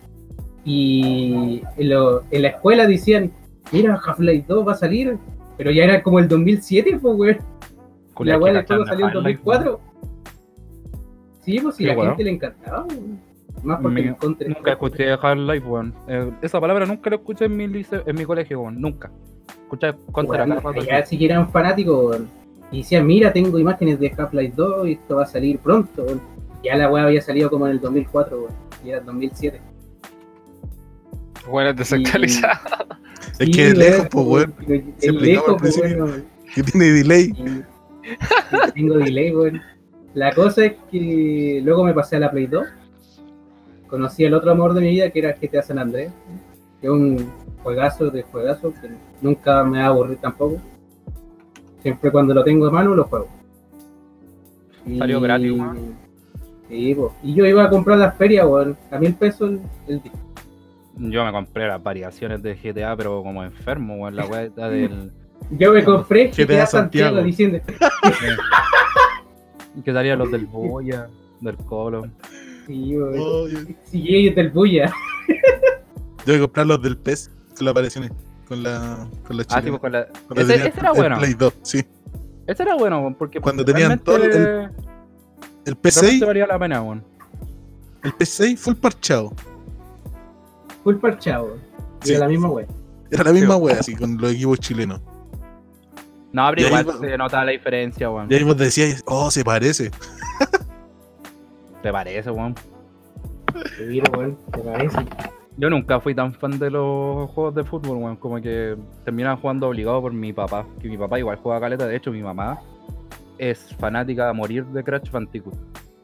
S3: Y en, lo- en la escuela decían, mira, Half-Life 2 va a salir. Pero ya era como el 2007, pues, weón.
S4: Culia
S3: La
S4: que
S3: weá del juego
S4: cacharon a
S3: salió en
S4: Half-Life,
S3: 2004. Sí, pues si
S4: Qué
S3: la
S4: weón.
S3: gente le encantaba, weón. Más porque
S4: Mira,
S3: encontré.
S4: weón. Nunca escuché Half-Life, weón. Eh, esa palabra nunca la escuché en mi, lice- en mi colegio, weón. Nunca. Escuché contra
S3: Weón,
S4: cada rato.
S3: allá sí que eran fanáticos, weón. Y decían, mira, tengo imágenes de Half-Life 2 y esto va a salir pronto, weón. Ya la weá había salido como en el 2004, weón. Y era el 2007.
S1: Bueno, desactualizada.
S2: Es que es lejos, pues, weón. Se
S3: Es
S2: explicaba
S3: lejos,
S2: al
S3: pues,
S2: principio.
S3: weón.
S2: Que tiene delay.
S3: Y- y [laughs] tengo delay, weón. La cosa es que luego me pasé a la Play 2. Conocí el otro amor de mi vida que era GTA San Andrés. Que es un juegazo de juegazo que nunca me va a aburrir tampoco. Siempre cuando lo tengo a mano lo juego. Y-
S4: Salió gratis, weón.
S3: Sí, po. Y yo iba a comprar las ferias, weón. A mil pesos el, el disco.
S4: Yo me compré las variaciones de GTA, pero como enfermo, weón. La weá
S3: [laughs]
S4: está del.
S3: Yo me compré
S2: GTA
S3: GTA,
S2: Santiago.
S3: Santiago, diciendo,
S4: que salían
S3: [laughs]
S4: los del Boya, del Colo.
S3: sí, weón.
S2: Oh, yo,
S3: Sí, y del bulla. [laughs]
S2: yo voy a comprar los del PES con las variaciones. Con la, con la
S4: Ah,
S2: chica.
S4: sí, pues con la.
S2: Cuando
S4: Ese,
S2: tenía
S4: ese era
S2: el
S4: bueno.
S2: Play 2, sí.
S4: Ese era bueno, weón, porque.
S2: Cuando tenían todo el-
S4: realmente-
S2: El
S4: realmente
S2: P6,
S4: valía la pena, weón.
S2: el P6 full parchado.
S3: Full parchado, weón. Y
S2: Sí.
S3: era la misma weón.
S2: Era la misma wea, así, con los equipos chilenos.
S4: No, pero
S2: Y ahí
S4: igual
S2: va-
S4: se nota la diferencia, weón.
S2: Y ahí vos decías, oh, se parece.
S4: ¿Te parece, weón?
S3: Sí, weón, te parece.
S4: Yo nunca fui tan fan de los juegos de fútbol, weón. Como que terminaba jugando obligado por mi papá. Que mi papá igual juega caleta. De hecho, mi mamá es fanática a morir de Crash Bandicoot.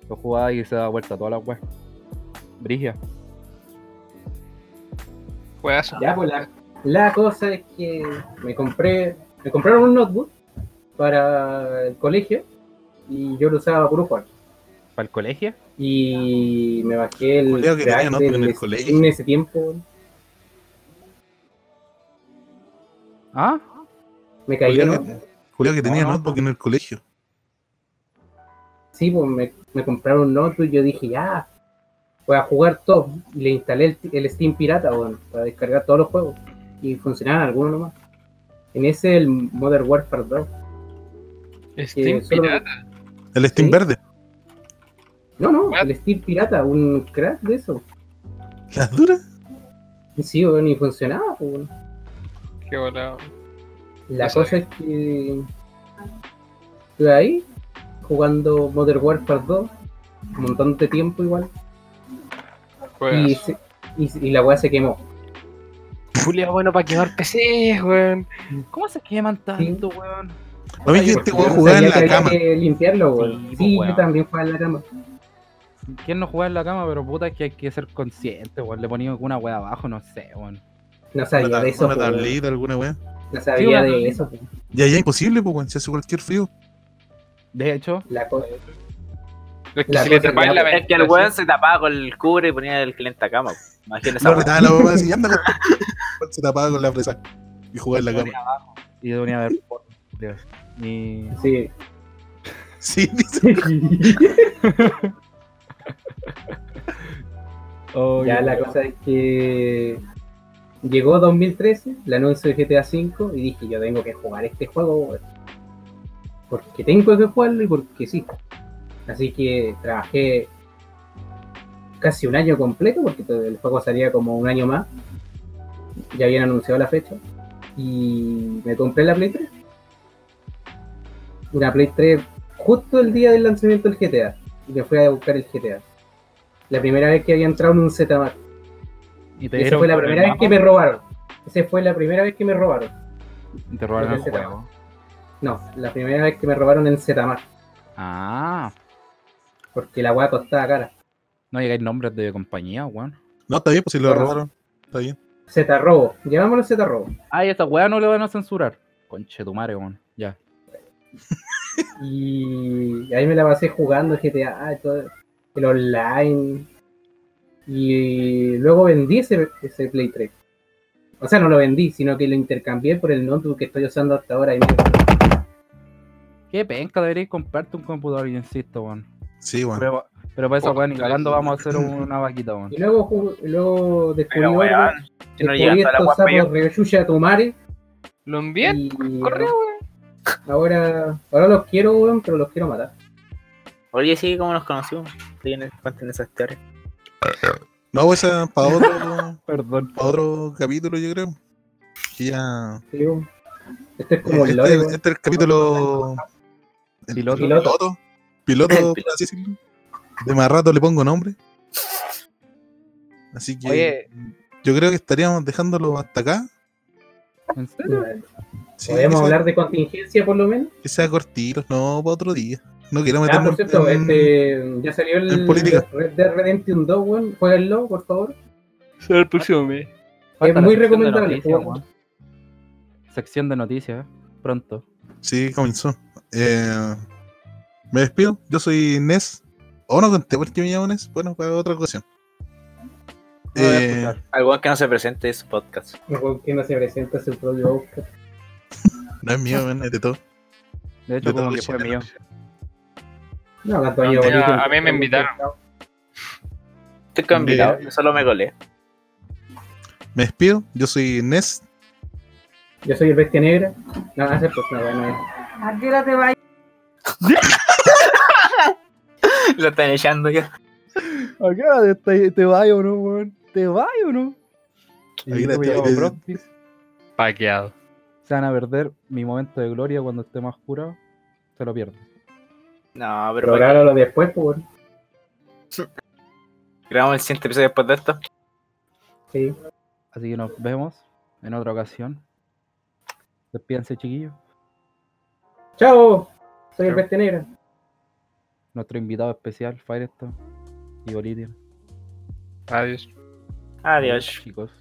S4: Lo jugaba y se daba vuelta a todas las weas. Brigia.
S1: Juegazo.
S3: Ya, pues la, la cosa es que me compré, me compraron un notebook para el colegio y yo lo usaba para puro jugar.
S4: ¿Para el colegio?
S3: Y me bajé el
S2: Culeado que
S3: crack
S2: tenía notebook en
S3: del
S2: el colegio.
S3: Steam en ese tiempo.
S4: ¿Ah?
S3: Me caí,
S2: Julio
S3: ¿no?
S2: que, Julio que tenía
S4: No, no.
S2: notebook en el colegio.
S3: Sí, pues me, me compraron un notebook y yo dije, ya, voy a jugar todo. Y le instalé el, el Steam Pirata, weón, para descargar todos los juegos. Y funcionaban algunos nomás. En ese el Modern Warfare 2.
S1: Steam
S3: que solo-
S1: Pirata.
S2: El Steam
S3: ¿Sí?
S2: verde.
S3: No, no,
S1: What?
S3: el Steam Pirata, un crack de eso.
S2: ¿Las duras?
S3: Sí, weón, y funcionaba, pues, weón.
S1: Qué volado.
S3: La
S1: No
S3: cosa es que estuve ahí jugando Modern Warfare 2, un montón de tiempo igual, y,
S1: Juegazo.
S3: se- y- y la weá se quemó.
S1: Julia, bueno, para quemar PCs, weón.
S4: ¿Cómo se queman tanto, weón?
S2: A mí que
S3: Porque
S2: este
S3: yo
S2: weón
S3: no
S2: jugaba en
S3: sabía que
S2: la
S3: había
S2: cama.
S3: que limpiarlo, weón.
S4: Sí,
S3: Sí,
S4: pues, weón.
S3: yo también jugaba en la cama.
S4: ¿Quién no juega en la cama? Pero puta, es que hay que ser consciente, weón. Le ponía alguna wea abajo, no sé, weón.
S3: No
S2: Una,
S3: sabía
S2: tab-
S3: de eso,
S2: una
S3: pues, weón.
S2: tablita, alguna wea.
S3: No
S4: Sí, una
S3: sabía de
S4: tablita.
S3: eso. pues.
S2: Y allá imposible, pues, weón, se hace cualquier frío.
S4: De hecho,
S3: La cosa.
S1: Es que
S3: La
S1: si le
S3: cosa
S1: tapáis
S3: que-
S1: la
S5: Es que el weón se tapaba con el cubre y ponía el cliente a cama. Imagínese
S2: No
S5: esa weá.
S2: retaba la mamá así, anda, weón. [laughs] Se tapaba con la fresa. Y jugaba en la cama.
S4: y debería haber porno, culiao. Y.
S3: Sí.
S2: Sí, dice. [laughs]
S3: ya la cosa es que llegó 2013, el anuncio de GTA V y dije yo tengo que jugar este juego weón. porque tengo que jugarlo y porque sí. Así que trabajé casi un año completo porque todo el juego salía como un año más. Ya habían anunciado la fecha. y me compré la Play 3. Una Play 3 justo el día del lanzamiento del GTA. Y me fui a buscar el GTA. La primera vez que había entrado en un Zmart.
S4: Y te
S3: Y Esa
S4: dieron
S3: fue la
S4: por el
S3: primera vez
S4: mapa,
S3: que me robaron. Esa fue la primera vez que me robaron.
S4: Te robaron el
S3: Ese era.
S4: juego.
S3: No, la primera vez que me robaron en Zmart.
S4: Ah,
S3: Porque la weá costaba cara.
S4: no llegáis nombres de compañía, weón.
S2: No, está bien, pues si lo
S3: Ahora sí.
S2: robaron. Está bien.
S3: Z robo. Llamémoslo Z robo.
S4: Ay, esta weá no le van a censurar. Conche tu madre, weón. Ya.
S3: Y ahí me la pasé jugando GTA, y todo, el online. Y luego vendí ese, ese Play 3. O sea, no lo vendí, sino que lo intercambié por el notebook que estoy usando hasta ahora. y mierda.
S4: Qué penca, deberíais comprarte un computador, yo insisto, weón.
S2: Sí, bueno.
S4: Pero, pero para esa
S1: Por
S4: weá ni
S1: tres.
S4: cagando vamos a hacer una vaquita, weón.
S3: Y luego, ju- y luego descubrí,
S5: Pero
S3: otro,
S5: weón, si no
S3: descubrí
S5: llegas a la
S3: estos
S5: guapa yo.
S3: sapos Ryoshuya Tomare.
S1: Lo envié al
S3: Y
S1: correo, weón.
S3: ahora, ahora los quiero, weón, pero los quiero matar.
S5: Oye, sí, ¿cómo nos conocimos? Estoy en el cuenten esa historia.
S2: No, pues, esa para otro,
S4: [laughs] Perdón.
S2: pa' otro capítulo, yo creo. Que ya.
S3: Sí, weón. Este es como
S2: Este,
S3: el lore,
S2: este
S3: weón.
S2: es el capítulo. el
S4: Piloto.
S2: Piloto. Piloto, por así decirlo. De más rato le pongo nombre. Así que.
S1: Oye,
S2: Yo creo que estaríamos dejándolo hasta acá.
S4: ¿En serio?
S2: Sí, que
S3: Podemos
S2: sea-
S3: hablar de contingencia, por lo menos.
S2: Que sea cortito, no, para otro día. No quiero
S3: Ah,
S2: meterme
S3: por cierto,
S2: en-
S3: este, ya salió el
S2: en política.
S3: Red Dead Redemption 2, weón. Jueguenlo, por favor.
S1: [laughs] será el próximo mes.
S4: Falta la
S3: muy
S4: sección de
S3: recomendable,
S4: noticias,
S3: weón.
S4: weón. Sección de noticias, eh. pronto.
S2: Sí, comenzó. Eh, me despido. Yo soy Nes. O no conté por qué me llamo Nes. Bueno, para otra ocasión.
S4: No voy a
S2: Eh,
S4: escuchar.
S5: Algo que no se presente es su podcast.
S3: El weón que no se presenta su propio Oscar.
S2: no es mío, man, es de todo.
S4: De
S2: de
S4: hecho, como
S2: todo
S4: que fue mío.
S3: No, gato año
S1: No,
S3: bonito.
S1: a- a mí me invitaron.
S5: Estoy con invitado, yo solo me colé.
S2: Me despido. Yo soy Nes.
S3: Yo soy el Bestia Negra. No, hace pues, no, bueno, eh.
S6: ¿A qué hora te vas?
S5: [laughs] Lo están echando ya.
S4: Acá te, te vas o no, weón. Te vas o no.
S2: Ahí
S4: Y
S2: la
S4: yo me
S2: estoy-
S4: llamo Frosty.
S1: Paqueado.
S4: Se van a perder mi momento de gloria cuando esté más curado. Se lo pierdo.
S5: No, pero
S3: Pero grabalo después, pues, weón.
S5: grabamos el siguiente episodio después de esto.
S3: Sí.
S4: Así que nos vemos en otra ocasión. Despídense, chiquillos.
S3: Chao. Soy el
S5: Chao.
S3: Bestia Negra.
S4: Nuestro invitado especial, Firestone y Bolivia.
S1: Adiós.
S5: Adiós.
S4: Chicos.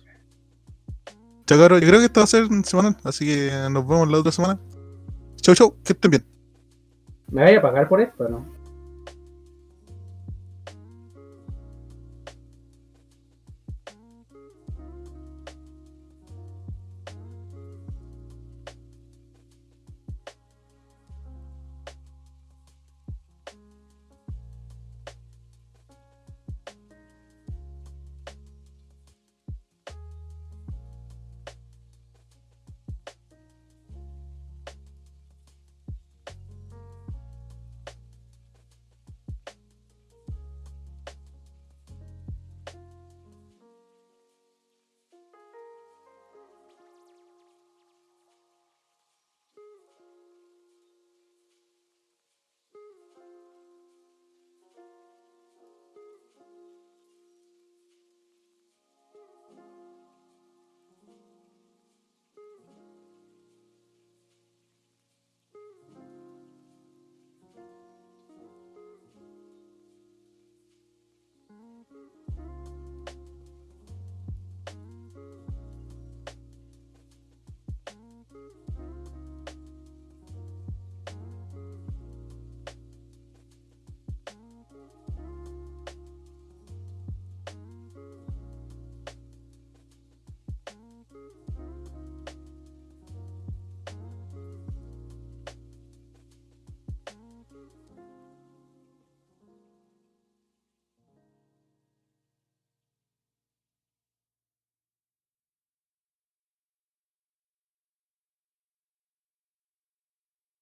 S2: Chao, cabros. Yo creo que esto va a ser semanal. Así que nos vemos la otra semana. Chau, chau. Que estén bien.
S3: ¿Me vaya a pagar por esto, no?